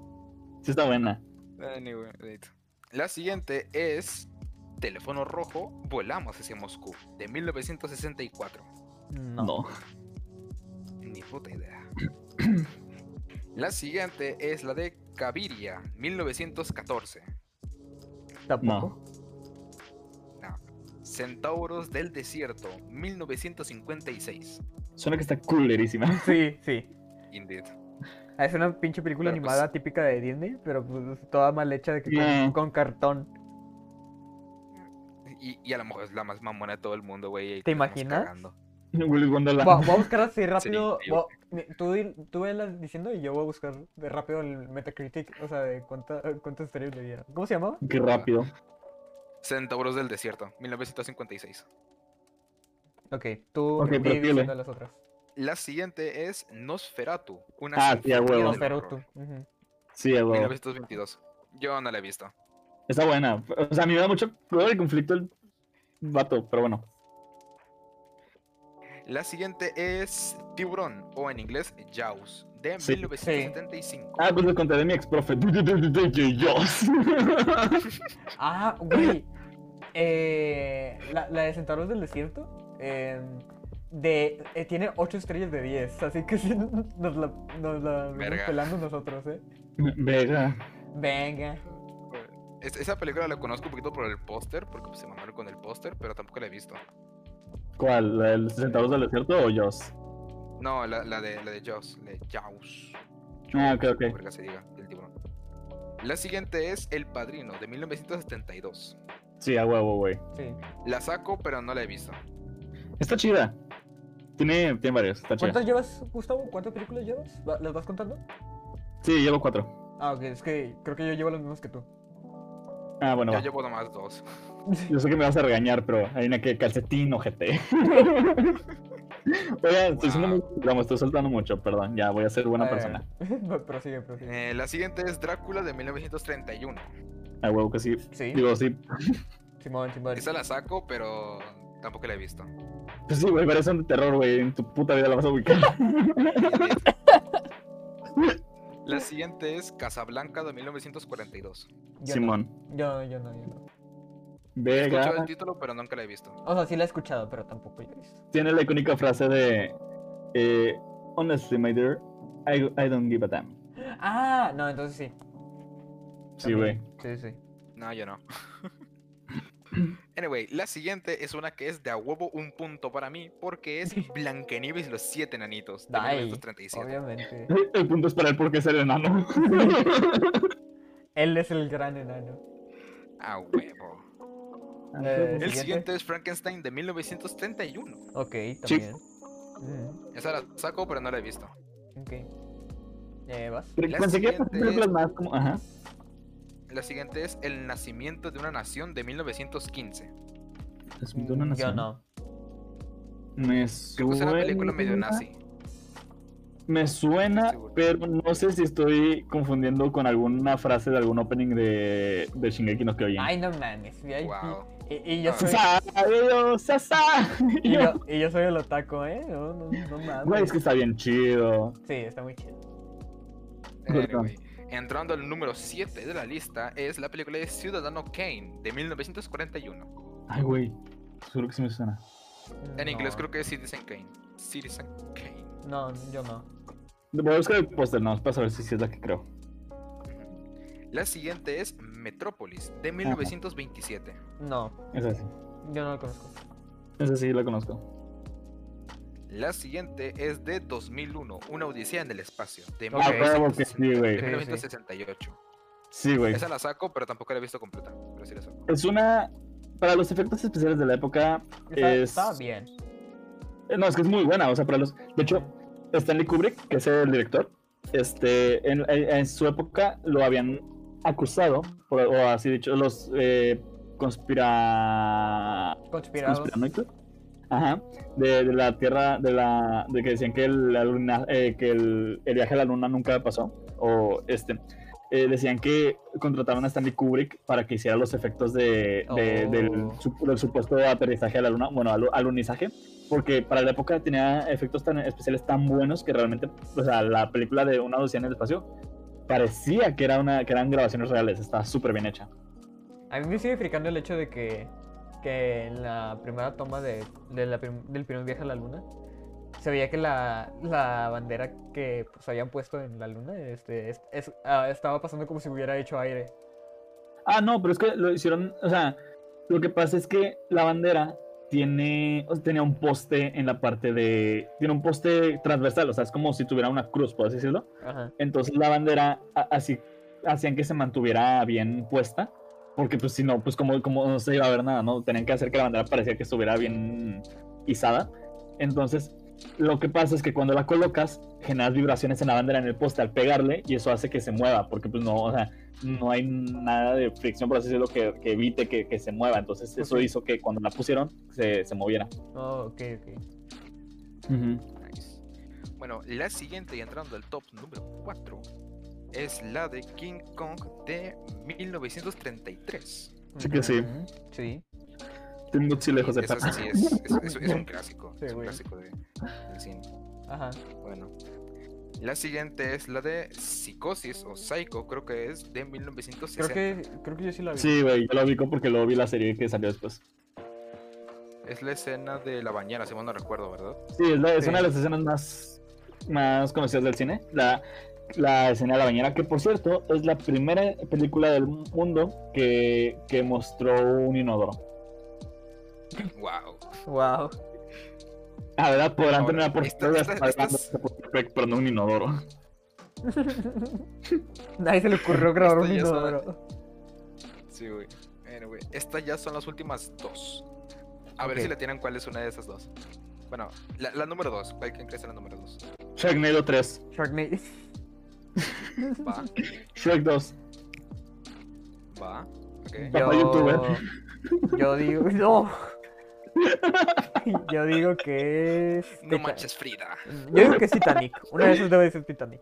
S2: Sí, está buena.
S3: La siguiente es Teléfono Rojo, Volamos hacia Moscú, de 1964.
S1: No.
S2: No.
S3: Ni puta idea. La siguiente es la de Caviria, 1914.
S1: Tampoco.
S3: Centauros del Desierto, 1956.
S2: Suena que está coolerísima.
S1: Sí, sí.
S3: Indeed.
S1: Es una pinche película
S3: Pero, pues-
S1: animada típica de Disney, pero pues toda mal hecha de que con-
S2: Mm.
S1: con, cartón.
S3: Y, y a lo mejor es la más mamona de todo el mundo, güey. ahí
S1: ¿Te
S3: la estamos
S1: imaginas?
S3: cagando.
S2: Willy Wonderland.
S1: Voy, voy a buscar así rápido.
S3: sí.
S1: voy- mi- tú, di- tú velas diciendo y yo voy a buscar de rápido el Metacritic, o sea, de cuánta, cuántas estrellas le dieron. ¿Cómo se llamaba?
S2: Qué rápido.
S3: Centauros del Desierto, 1956.
S1: Ok, tú
S2: Ok,
S1: di
S2: pero dile.
S1: diciendo las otras.
S3: La siguiente es Nosferatu, una
S2: Ah, sí, a
S3: sinfonía
S2: huevo.
S3: del
S1: No, pero tú.
S3: horror,
S1: ujú.
S2: Sí, güey.
S3: 1922. Yo no la he visto.
S2: Está buena. O sea, a mí me da mucho cuidado el conflicto el vato, pero bueno.
S3: La siguiente es Tiburón, o en inglés Jaws, de
S2: Sí.
S3: 1975.
S2: Ah, pues le contaré a mi ex profe. Dios.
S1: Ah, güey. Eh, la, la de Centauros del Desierto. eh, de, eh, tiene 8 estrellas de 10. Así que sí, nos la, nos la venimos
S3: Verga.
S1: pelando nosotros, ¿eh?
S2: Vega.
S1: Venga.
S3: Es- esa película la conozco un poquito por el póster, porque pues, se mamaron con el póster, pero tampoco la he visto.
S2: ¿Cuál? ¿La del Centauros del Desierto o Jaws?
S3: No, la, la de, la de Jaws, la de Jaws.
S2: Ah, ok, ok.
S3: como verga se diga, el tiburón. La siguiente es El Padrino, de 1972.
S2: Sí, a huevo, güey.
S1: Sí.
S3: La saco, pero no la he visto.
S2: Está chida. Tiene, tiene varios. Está chida.
S1: ¿Cuántas llevas, Gustavo? ¿Cuántas películas llevas? ¿Va- ¿Las vas contando?
S2: Sí, llevo cuatro.
S1: Ah, ok, es que creo que yo llevo las mismas que tú.
S2: Ah, bueno.
S3: Yo
S2: va.
S3: llevo nomás dos.
S2: Yo sé que me vas a regañar, pero hay una que calcetín ojete. Oigan, estoy siendo muy. no, me estoy soltando mucho, perdón. Ya voy a ser buena
S1: Eh,
S2: persona.
S1: prosigue, prosigue.
S3: Eh, la siguiente es Drácula, de 1931.
S2: A huevo que sí.
S1: Sí,
S2: Digo, sí.
S1: Simón, Simón.
S3: Esa la saco, pero tampoco la he visto.
S2: Pues sí, güey, pero es de terror, güey. En tu puta vida la vas a ubicar.
S3: La siguiente es Casablanca, de 1942.
S1: Yo
S2: Simón.
S1: No, yo, yo no, yo no.
S3: He escuchado el
S2: Vega
S3: título, pero nunca la he visto.
S1: O sea, sí la he escuchado, pero tampoco la he visto.
S2: tiene la icónica frase de. Eh, Honestly, my dear, I, I don't give a damn.
S1: Ah, no, entonces sí.
S2: Sí, güey.
S1: también. Sí, sí.
S3: No, yo no. Anyway, la siguiente es una que es de a huevo un punto para mí, porque es Blancanieves y los siete enanitos de
S1: Ay,
S3: 1937.
S1: Obviamente.
S2: El punto es para él porque es el enano.
S1: Él es el gran enano.
S3: A huevo.
S1: Eh,
S3: El
S1: ¿Siguiente?
S3: siguiente es Frankenstein de 1931.
S1: Ok,
S2: Sí.
S1: también. Mm,
S3: Esa la saco, pero no la he visto.
S1: ok. Eh, ¿Vas?
S2: Pero
S3: La
S2: Pensé que iba a
S3: siguiente
S2: ser
S3: es-
S2: más como. Ajá.
S3: La siguiente es El nacimiento de una nación de 1915.
S2: Transmite una
S1: Mm, Yo
S2: nación.
S1: no.
S2: Me
S3: Creo que es
S2: suena.
S3: una película medio nazi.
S2: Me suena,
S3: seguro.
S2: pero no sé si estoy confundiendo con alguna frase de algún opening de, de Shingeki no Kyojin.
S1: Ay, no mames. Y, ahí-
S3: Wow.
S1: y, y yo
S3: Ah.
S1: soy,
S2: ¡Sasa! ¡Adiós! ¡Sasa!
S1: y, yo, y yo soy el otaku, ¿eh? No, no, no mames.
S2: Güey, es que está bien chido.
S1: Sí, está muy chido.
S2: Perdón.
S3: Anyway, Eh, Entrando al número 7 de la lista es la película de Ciudadano Kane de 1941.
S2: Ay, güey. Seguro que sí me suena.
S3: En inglés creo
S1: que...
S3: que es Citizen Kane. Citizen Kane.
S1: No, yo no.
S2: Voy a buscar el póster, no, para saber si sí es la que creo.
S3: Ujú. La siguiente es Metrópolis de 1927.
S1: No,
S2: Esa sí.
S1: yo no lo conozco.
S2: Esa sí la conozco.
S3: La siguiente es de 2001, Una Odisea en el Espacio, de,
S1: Ah,
S2: huevo que sí,
S3: 1960
S2: güey.
S3: de
S1: Sí, sí.
S3: 1968.
S2: Sí, güey.
S3: Esa la saco, pero tampoco la he visto completa. Pero sí la saco.
S2: Es una. Para los efectos especiales de la época.
S1: Está,
S2: Es-
S1: Estaba bien.
S2: eh, No, es que es muy buena. O sea, para los. De hecho, Stanley Kubrick, que es el director, este, en, en- en su época lo habían acusado, por- o así dicho, los eh, conspira...
S1: Conspirados.
S2: conspiranoicos. Ajá, de, de la Tierra, de la de que decían que, el, la luna- eh, que el, el viaje a la Luna nunca pasó, o este, eh, decían que contrataban a Stanley Kubrick para que hiciera los efectos de, de-
S1: Oh.
S2: del, sup- del supuesto aterrizaje a la luna, bueno, al, alunizaje, porque para la época tenía efectos tan especiales tan buenos que realmente, o sea, la película de Una odisea en el espacio parecía que, era una, que eran grabaciones reales, estaba súper bien hecha.
S1: A mí me sigue fricando el hecho de que, que en la primera toma de, de la prim- del primer viaje a la luna se veía que la, la bandera que pues, habían puesto en la luna este, es- es- ah, estaba pasando como si hubiera hecho aire.
S2: Ah, no, pero es que lo hicieron, o sea, lo que pasa es que la bandera tiene, o sea, tenía un poste en la parte de, tiene un poste transversal, o sea, es como si tuviera una cruz, por así decirlo.
S1: Ajá.
S2: Entonces la bandera a- así hacían que se mantuviera bien puesta, porque pues si no, pues como, como no se iba a ver nada, ¿no? Tenían que hacer que la bandera parecía que estuviera bien izada. Entonces, lo que pasa es que cuando la colocas, generas vibraciones en la bandera en el poste al pegarle y eso hace que se mueva, porque pues no, o sea, no hay nada de fricción, por así decirlo, que, que evite que, que se mueva. Entonces,
S3: Pues
S2: eso
S1: Ujú.
S2: hizo que cuando la pusieron se, se moviera.
S1: Oh, ok, ok.
S3: Nice. Bueno, la siguiente y entrando al top número 4 es la de King Kong de 1933.
S2: Sí que sí.
S1: Ujú, Sí.
S2: Estoy muy lejos de
S3: Eso
S2: pasar.
S3: sí es, es, es- es un clásico.
S1: Sí,
S3: es un
S1: güey.
S3: clásico de- del cine.
S1: Ajá.
S3: Bueno. La siguiente es la de Psicosis o Psycho, creo que es de 1960.
S1: Creo que, creo que yo sí la vi.
S2: Sí, güey, yo lo ubico porque luego vi la serie que salió después.
S3: Es la escena de la bañera, si mal no recuerdo, ¿verdad?
S2: Sí, es, la- es
S1: Sí.
S2: una de las escenas más, más conocidas del cine. La, la escena de la bañera, que por cierto es la primera película del mundo que, que mostró un inodoro.
S3: Wow.
S1: Wow.
S2: A verdad, podrán
S3: Ahora,
S2: tener una
S3: esta-
S2: portada
S3: esta- estas-
S2: pero no un inodoro.
S1: Nadie se le ocurrió grabar un
S3: Esto ya está-
S1: inodoro.
S3: Sí, güey. Bueno, güey, Estas ya son las últimas dos. A ver
S1: Ok.
S3: si le tienen cuál es una de esas dos. Bueno, la, la número dos. ¿Cuál creen que es la número dos?
S2: Sharknado 3,
S1: Sharknado.
S3: Va,
S2: Shrek 2.
S3: va. Ok.
S2: Papá youtuber.
S1: Yo digo. No. Yo digo que es.
S3: No
S1: Tita-
S3: manches, Frida.
S1: Yo digo que es Titanic. Una de esas debe ser Titanic.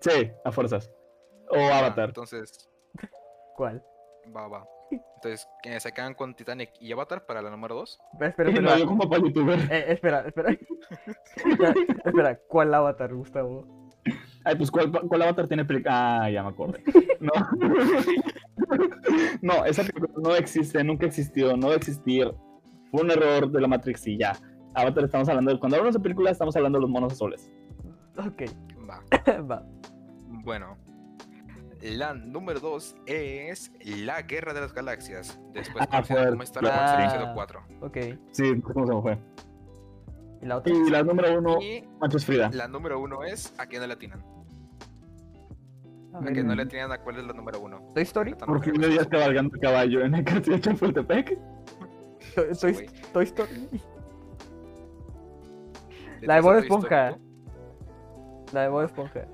S2: Sí, a fuerzas. O
S3: Va,
S2: Avatar.
S3: Ah, Entonces,
S1: ¿Cuál?
S3: va, va. Entonces, que se quedan con Titanic y Avatar para la número dos.
S1: Espera, espera.
S2: Y
S1: espera.
S2: no, yo con papá youtuber.
S1: Eh, espera, espera. espera, espera, ¿cuál avatar, Gustavo?
S2: Ay, pues, ¿cuál, cuál Avatar tiene película? Ah, ya me acordé. No. no, esa película no existe, nunca existió, no va a existir. Fue un error de la Matrix y ya. Avatar estamos hablando, cuando hablamos de película estamos hablando de los monos azules.
S1: Ok,
S3: Va.
S1: va.
S3: Bueno. La número dos es La Guerra de las Galaxias. Después
S2: Ah,
S3: conocida
S2: fue-
S3: como Star Wars
S1: ah.
S3: Episodio 4.
S1: Ok.
S2: Sí, ¿cómo se me fue?
S1: ¿Y la otra?
S2: Y la número uno,
S3: Y
S2: Manchas Frida.
S3: la número uno es ¿A quién no le atinan?
S1: A
S3: ¿A
S1: ver,
S3: quién no le atinan a cuál es la número uno?
S1: ¿Toy Story?
S3: Neta, no
S2: ¿Por qué
S3: creo
S2: me
S3: que
S2: veías
S3: sea eso.
S2: cabalgando el caballo en el castillo de Chapultepec?
S1: Toy,
S3: Sí,
S1: Toy-
S3: güey.
S1: Toy Story.
S3: ¿De
S1: La de Bob
S3: Toy Story
S1: Esponja.
S3: tú?
S1: La de Bob Esponja.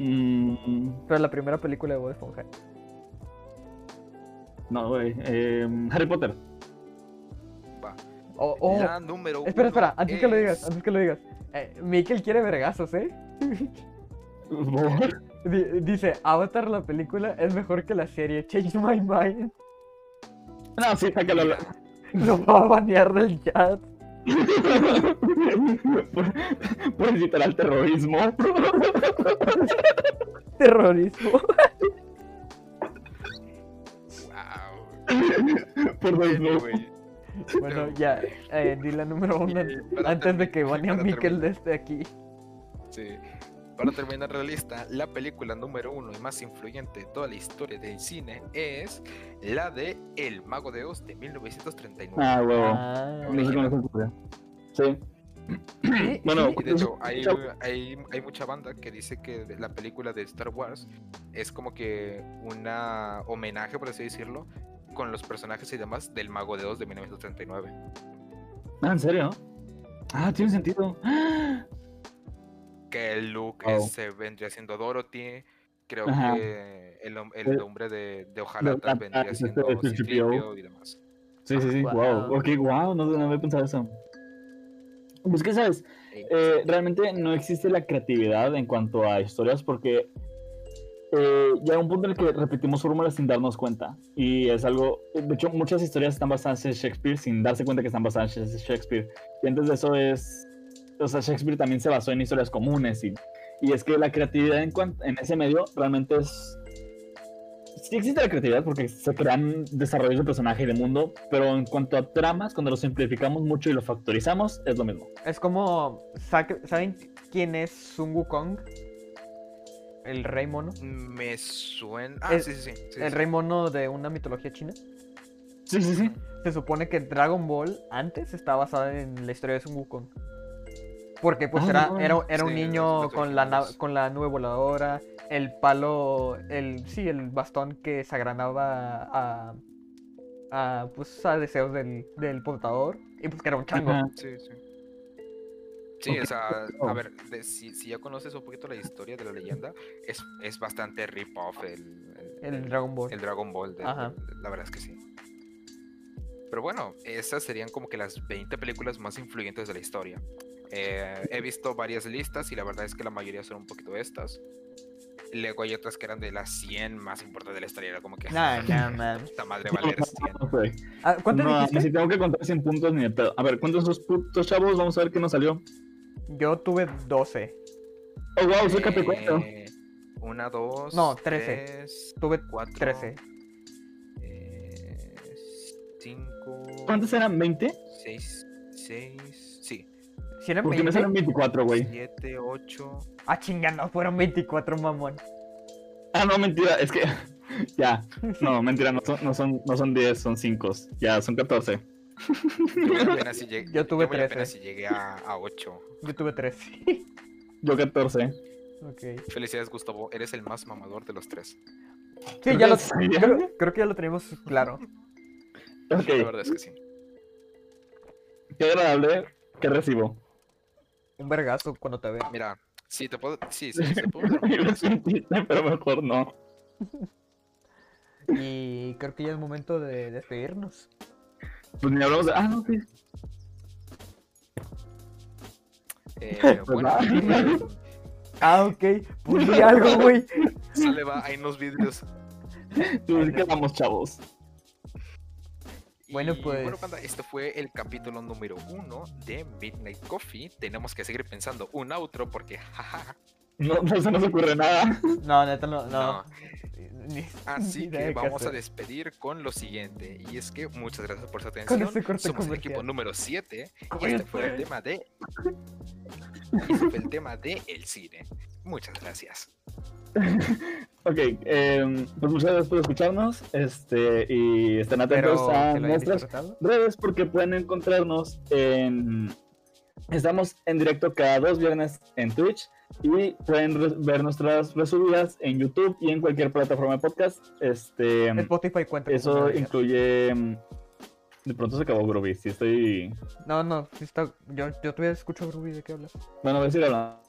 S2: Mm,
S1: Pero la primera película de Bob Esponja.
S2: no, güey. eh, Harry Potter.
S3: Va.
S1: Oh, oh.
S3: La número uno.
S1: Espera, espera, antes que lo digas,
S3: es-
S1: antes que lo digas. Eh, Mikel quiere vergazos, ¿eh?
S2: ¿Por?
S1: Di- dice, Avatar la película es mejor que la serie, change my mind.
S2: No, sí, sácalo. la-
S1: Lo va a banear del chat.
S2: por, por incitar al terrorismo.
S1: Terrorismo.
S3: Wow.
S2: por desnudo.
S3: güey.
S1: Bueno, ya, eh, di la número uno
S3: Eh, para
S1: antes de que
S3: termi-
S1: banee a
S3: para
S1: Mikel
S3: terminar-
S1: desde aquí.
S3: Sí. Para terminar la lista, la película número uno y más influyente de toda la historia del cine es la de El Mago de Oz de 1939.
S2: Ah, huevo.
S1: Ah,
S2: No sé cómo lo concluyo. Sí.
S1: sí,
S2: Bueno,
S3: Y de hecho, hay,
S2: Chao.
S3: hay, hay mucha banda que dice que de- la película de Star Wars es como que una homenaje, por así decirlo, con los personajes y demás del Mago de Oz de 1939.
S2: Ah, ¿en serio? Ah, tiene sentido. ¡Ah!
S3: que el Luke
S2: Wow.
S3: se vendría siendo Dorothy. Creo
S2: Ajá. Eh,
S3: que el, hom- el
S2: El-
S3: nombre de, de Ojalata
S2: Ojalata
S3: vendría
S2: es este
S3: siendo
S2: de C-3PO.
S3: Citripio y demás.
S2: Sí, sí, sí.
S1: Wow.
S2: Wow. Ok, wow. No, no había pensado eso. Pues, ¿qué sabes?
S3: Ey,
S2: Eh, realmente no existe la creatividad en cuanto a historias porque eh, llega un punto en el que repetimos fórmulas sin darnos cuenta. Y es algo, de hecho, muchas historias están basadas en Shakespeare sin darse cuenta que están basadas en Shakespeare. Y antes de eso es, o sea, Shakespeare también se basó en historias comunes. Y, y es que la creatividad en, cuan- en ese medio realmente es... Sí existe la creatividad porque se crean desarrollos de personaje y de mundo, pero en cuanto a tramas, cuando lo simplificamos mucho y lo factorizamos, es lo mismo.
S1: Es como. saque- ¿Saben quién es Sun Wukong? El rey mono.
S3: Me suena. Ah,
S2: Eh,
S1: Es-
S3: sí, sí, sí. sí, sí,
S1: El
S3: sí.
S1: rey mono de una mitología china.
S2: Sí, sí, sí.
S1: Se supone que Dragon Ball antes está basada en la historia de Sun Wukong. Porque pues
S2: Ah,
S1: era,
S2: no.
S1: era, era un
S3: Sí,
S1: niño
S3: los
S1: con la, na-
S3: originales.
S1: con la nube voladora, el palo, el sí, el bastón que se agranaba a, a, pues, a deseos del, del portador. Y pues que era un chango.
S2: Ajá.
S3: Sí, sí. Sí,
S2: Ok.
S3: o sea, a ver, de- si, si ya conoces un poquito la historia de la leyenda, es, es bastante rip-off el,
S1: El Dragon Ball.
S3: el Dragon Ball. de-
S1: Ajá.
S3: de- la verdad es que sí. Pero bueno, esas serían como que las 20 películas más influyentes de la historia. Eh, he visto varias listas y la verdad es que la mayoría son un poquito estas. Luego hay otras que eran de las 100 más importantes de la historia. Era como que.
S1: Nah, nah, man.
S3: Esta madre vale 100.
S2: No sé.
S1: Ah, ¿Cuánto
S2: No,
S1: dijiste?
S2: si tengo que contar 100 puntos ni de pedo. A ver, ¿cuántos esos puntos, chavos? Vamos a ver qué nos salió.
S1: Yo tuve 12.
S2: Oh, wow, soy Capricornio.
S3: Eh, Una, dos.
S1: No, 13.
S3: tres,
S1: Tuve
S3: cuatro.
S1: 13.
S3: eh, cinco.
S2: ¿Cuántos eran? ¿20?
S3: Seis. Seis. Sí.
S1: Si eran
S2: Porque me
S1: 20.
S2: salen 24, güey.
S3: Siete, ocho.
S1: Ah, chinga, no, fueron 24, mamón.
S2: Ah, no, mentira, es que. ya. No, mentira, no son, no, son, no son 10, son 5. Ya, son 14.
S3: Yo muy apenas si llegué,
S1: Yo tuve
S3: muy
S1: 13.
S3: apenas si llegué a, a ocho.
S1: Yo tuve 13.
S2: Yo 14.
S1: ok.
S3: Felicidades, Gustavo. Eres el más mamador de los tres.
S1: Sí, ya lo,
S2: ¿Crees? ¿Ya?
S1: creo, creo que ya lo tenemos claro.
S3: La
S2: Ok,
S3: verdad es que sí.
S2: qué agradable. ¿Qué recibo?
S1: Un vergazo cuando te vea.
S3: Mira, sí, te puedo. Sí, sí, te puedo dar un
S2: Iba a
S3: abrazo.
S2: ser un chiste, pero mejor no.
S1: Y creo que ya es momento de despedirnos.
S2: Pues ni hablamos de. Ah, no, sí.
S3: Eh, bueno,
S2: nada.
S3: eh,
S1: Ah, ok. Puse algo, güey.
S3: sale va, hay unos vídeos.
S2: Pues, ¿Qué vamos, chavos?
S1: Bueno,
S3: Y,
S1: pues.
S3: banda, este fue el capítulo número uno de Midnight Coffee. Tenemos que seguir pensando un outro porque, jaja.
S2: No, no se nos ocurre nada.
S1: No, neta, no. no.
S3: no.
S1: Ni- ni
S3: Así
S1: idea de qué
S3: que vamos a
S1: hacer.
S3: despedir con lo siguiente. Y es que muchas gracias por su
S1: Con
S3: atención.
S1: este corte
S3: Somos el
S1: comercial.
S3: equipo número 7. Y
S2: Cállate.
S3: este fue el tema de. Y este fue el tema de el cine. Muchas gracias.
S2: Ok, em, pues muchas gracias por escucharnos este, y estén atentos
S1: Espero
S2: a
S1: que lo hayan
S2: nuestras
S1: disfrutado.
S2: redes porque pueden encontrarnos en... Estamos en directo cada dos viernes en Twitch y pueden re- ver nuestras resubidas en YouTube y en cualquier plataforma de podcast. Este,
S1: Spotify cuenta. como
S2: eso
S1: una de
S2: incluye... em, De pronto se acabó Groovy, si estoy...
S1: ellas. No, no. sí está- Yo, yo todavía escucho Ruby de qué hablas.
S2: Bueno, voy a decir hablando.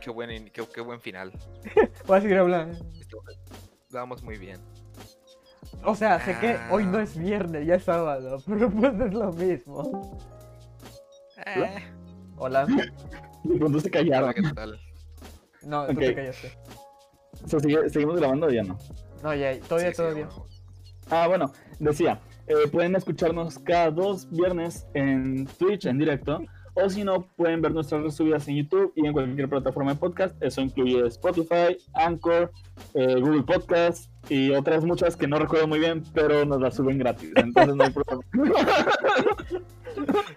S3: Qué buen, in- qué, qué buen final.
S1: Voy a seguir hablando.
S3: Vamos muy bien.
S1: O sea, sé que hoy no
S3: Ah.
S1: es viernes, ya es sábado, pero pues no es lo mismo.
S3: Eh,
S1: Hola.
S2: De pronto se callaron.
S3: hola, ¿qué tal?
S1: No, tú te
S2: Ok.
S1: callaste.
S2: O sea, ¿sigue- ¿Seguimos grabando o ya no?
S1: No, ya, todavía,
S3: Sí, sí,
S1: todavía.
S3: bueno.
S2: Ah, bueno, decía, eh, pueden escucharnos cada dos viernes en Twitch en directo, o si no, pueden ver nuestras subidas en YouTube y en cualquier plataforma de podcast. Eso incluye Spotify, Anchor, eh, Google Podcast y otras muchas que no recuerdo muy bien, pero nos las suben gratis. Entonces no hay problema.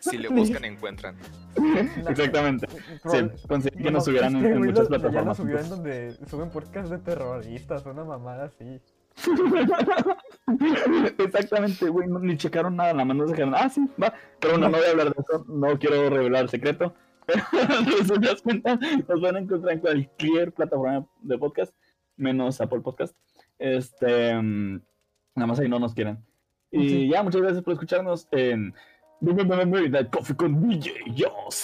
S3: Si le buscan, encuentran.
S1: No,
S2: Exactamente.
S1: proba-
S2: Sí, conseguí que
S1: no,
S2: nos subieran en,
S1: este
S2: en
S1: güey
S2: muchas
S1: lo- ya lo
S2: plataformas.
S1: subió en donde suben podcast de terroristas, una mamada así.
S2: Exactamente, güey, no- ni checaron nada, nada más nos dejaron, ah, sí, va, pero bueno, no voy a hablar de eso, no quiero revelar el secreto, pero en resumidas cuentas, nos van a encontrar en cualquier plataforma de podcast, menos Apple Podcast, este, mm, nada más ahí no nos quieren. Y
S1: Sí.
S2: ya, muchas gracias por escucharnos en Midnight Coffee con DJ Joss.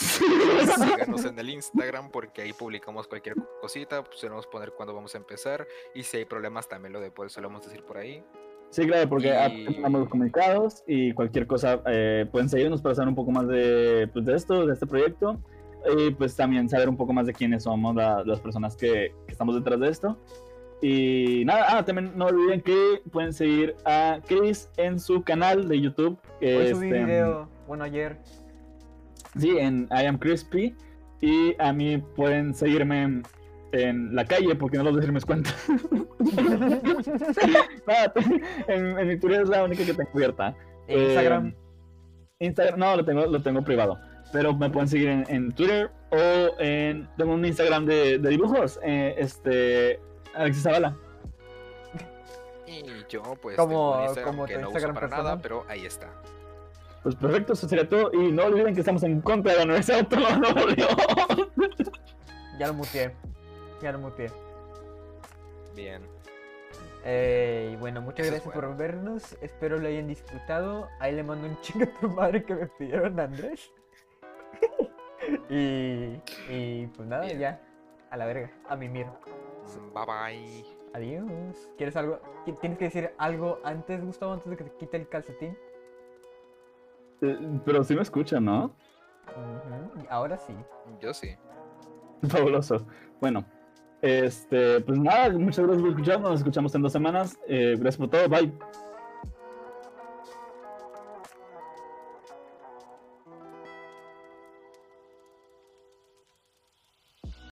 S3: Síganos en el Instagram porque ahí publicamos cualquier cosita. Solemos poner cuándo vamos a empezar. Y si hay problemas, también lo de pues, solemos decir por ahí.
S2: Sí, claro, porque
S3: Y-
S2: estamos comunicados y cualquier cosa eh, pueden seguirnos para saber un poco más de, pues, de esto, de este proyecto. Y pues también saber un poco más de quiénes somos la- las personas que, que estamos detrás de esto. Y nada, ah, también no olviden que pueden seguir a Chris en su canal de YouTube.
S1: Hoy
S2: este,
S1: subí video, bueno, ayer.
S2: Sí, en I am Crispy. Y a mí pueden seguirme en, en la calle porque no los dejo mis cuentas. Nada, en, en mi Twitter es la única que tengo abierta.
S1: En Instagram.
S2: Eh, Instagram, no, lo tengo, lo tengo privado. Pero me pueden seguir en, en Twitter o en. Tengo un Instagram de, de dibujos. eh, este. Alexis Zavala.
S3: Y yo, pues,
S1: Como-
S3: tengo un Instagram
S1: como
S3: que
S1: tu
S3: no
S1: Instagram
S3: uso para
S1: personal.
S3: nada, pero ahí está.
S2: Pues perfecto, eso sería todo. Y no olviden que estamos en contra de la Universidad Autónoma de Nuevo León.
S1: Ya lo muteé. Ya lo muteé.
S3: Bien.
S1: Eh, y bueno, muchas
S3: Eso
S1: gracias
S3: fue.
S1: por vernos. Espero lo hayan disfrutado. Ahí le mando un chingo a tu madre que me pidieron a Andrés. y, y pues nada,
S3: Bien.
S1: ya. A la verga. A mimir.
S3: Bye bye.
S1: Adiós. ¿Quieres algo? ¿Qui- ¿Tienes que decir algo antes, Gustavo, antes de que te quite el calcetín?
S2: Eh, Pero sí me escuchan, ¿no?
S1: Ujú, y Uhum. Ahora sí.
S3: Yo sí.
S2: Fabuloso. Bueno, este, pues nada, muchas gracias por escucharnos. Nos escuchamos en dos semanas. Eh, gracias por todo. Bye.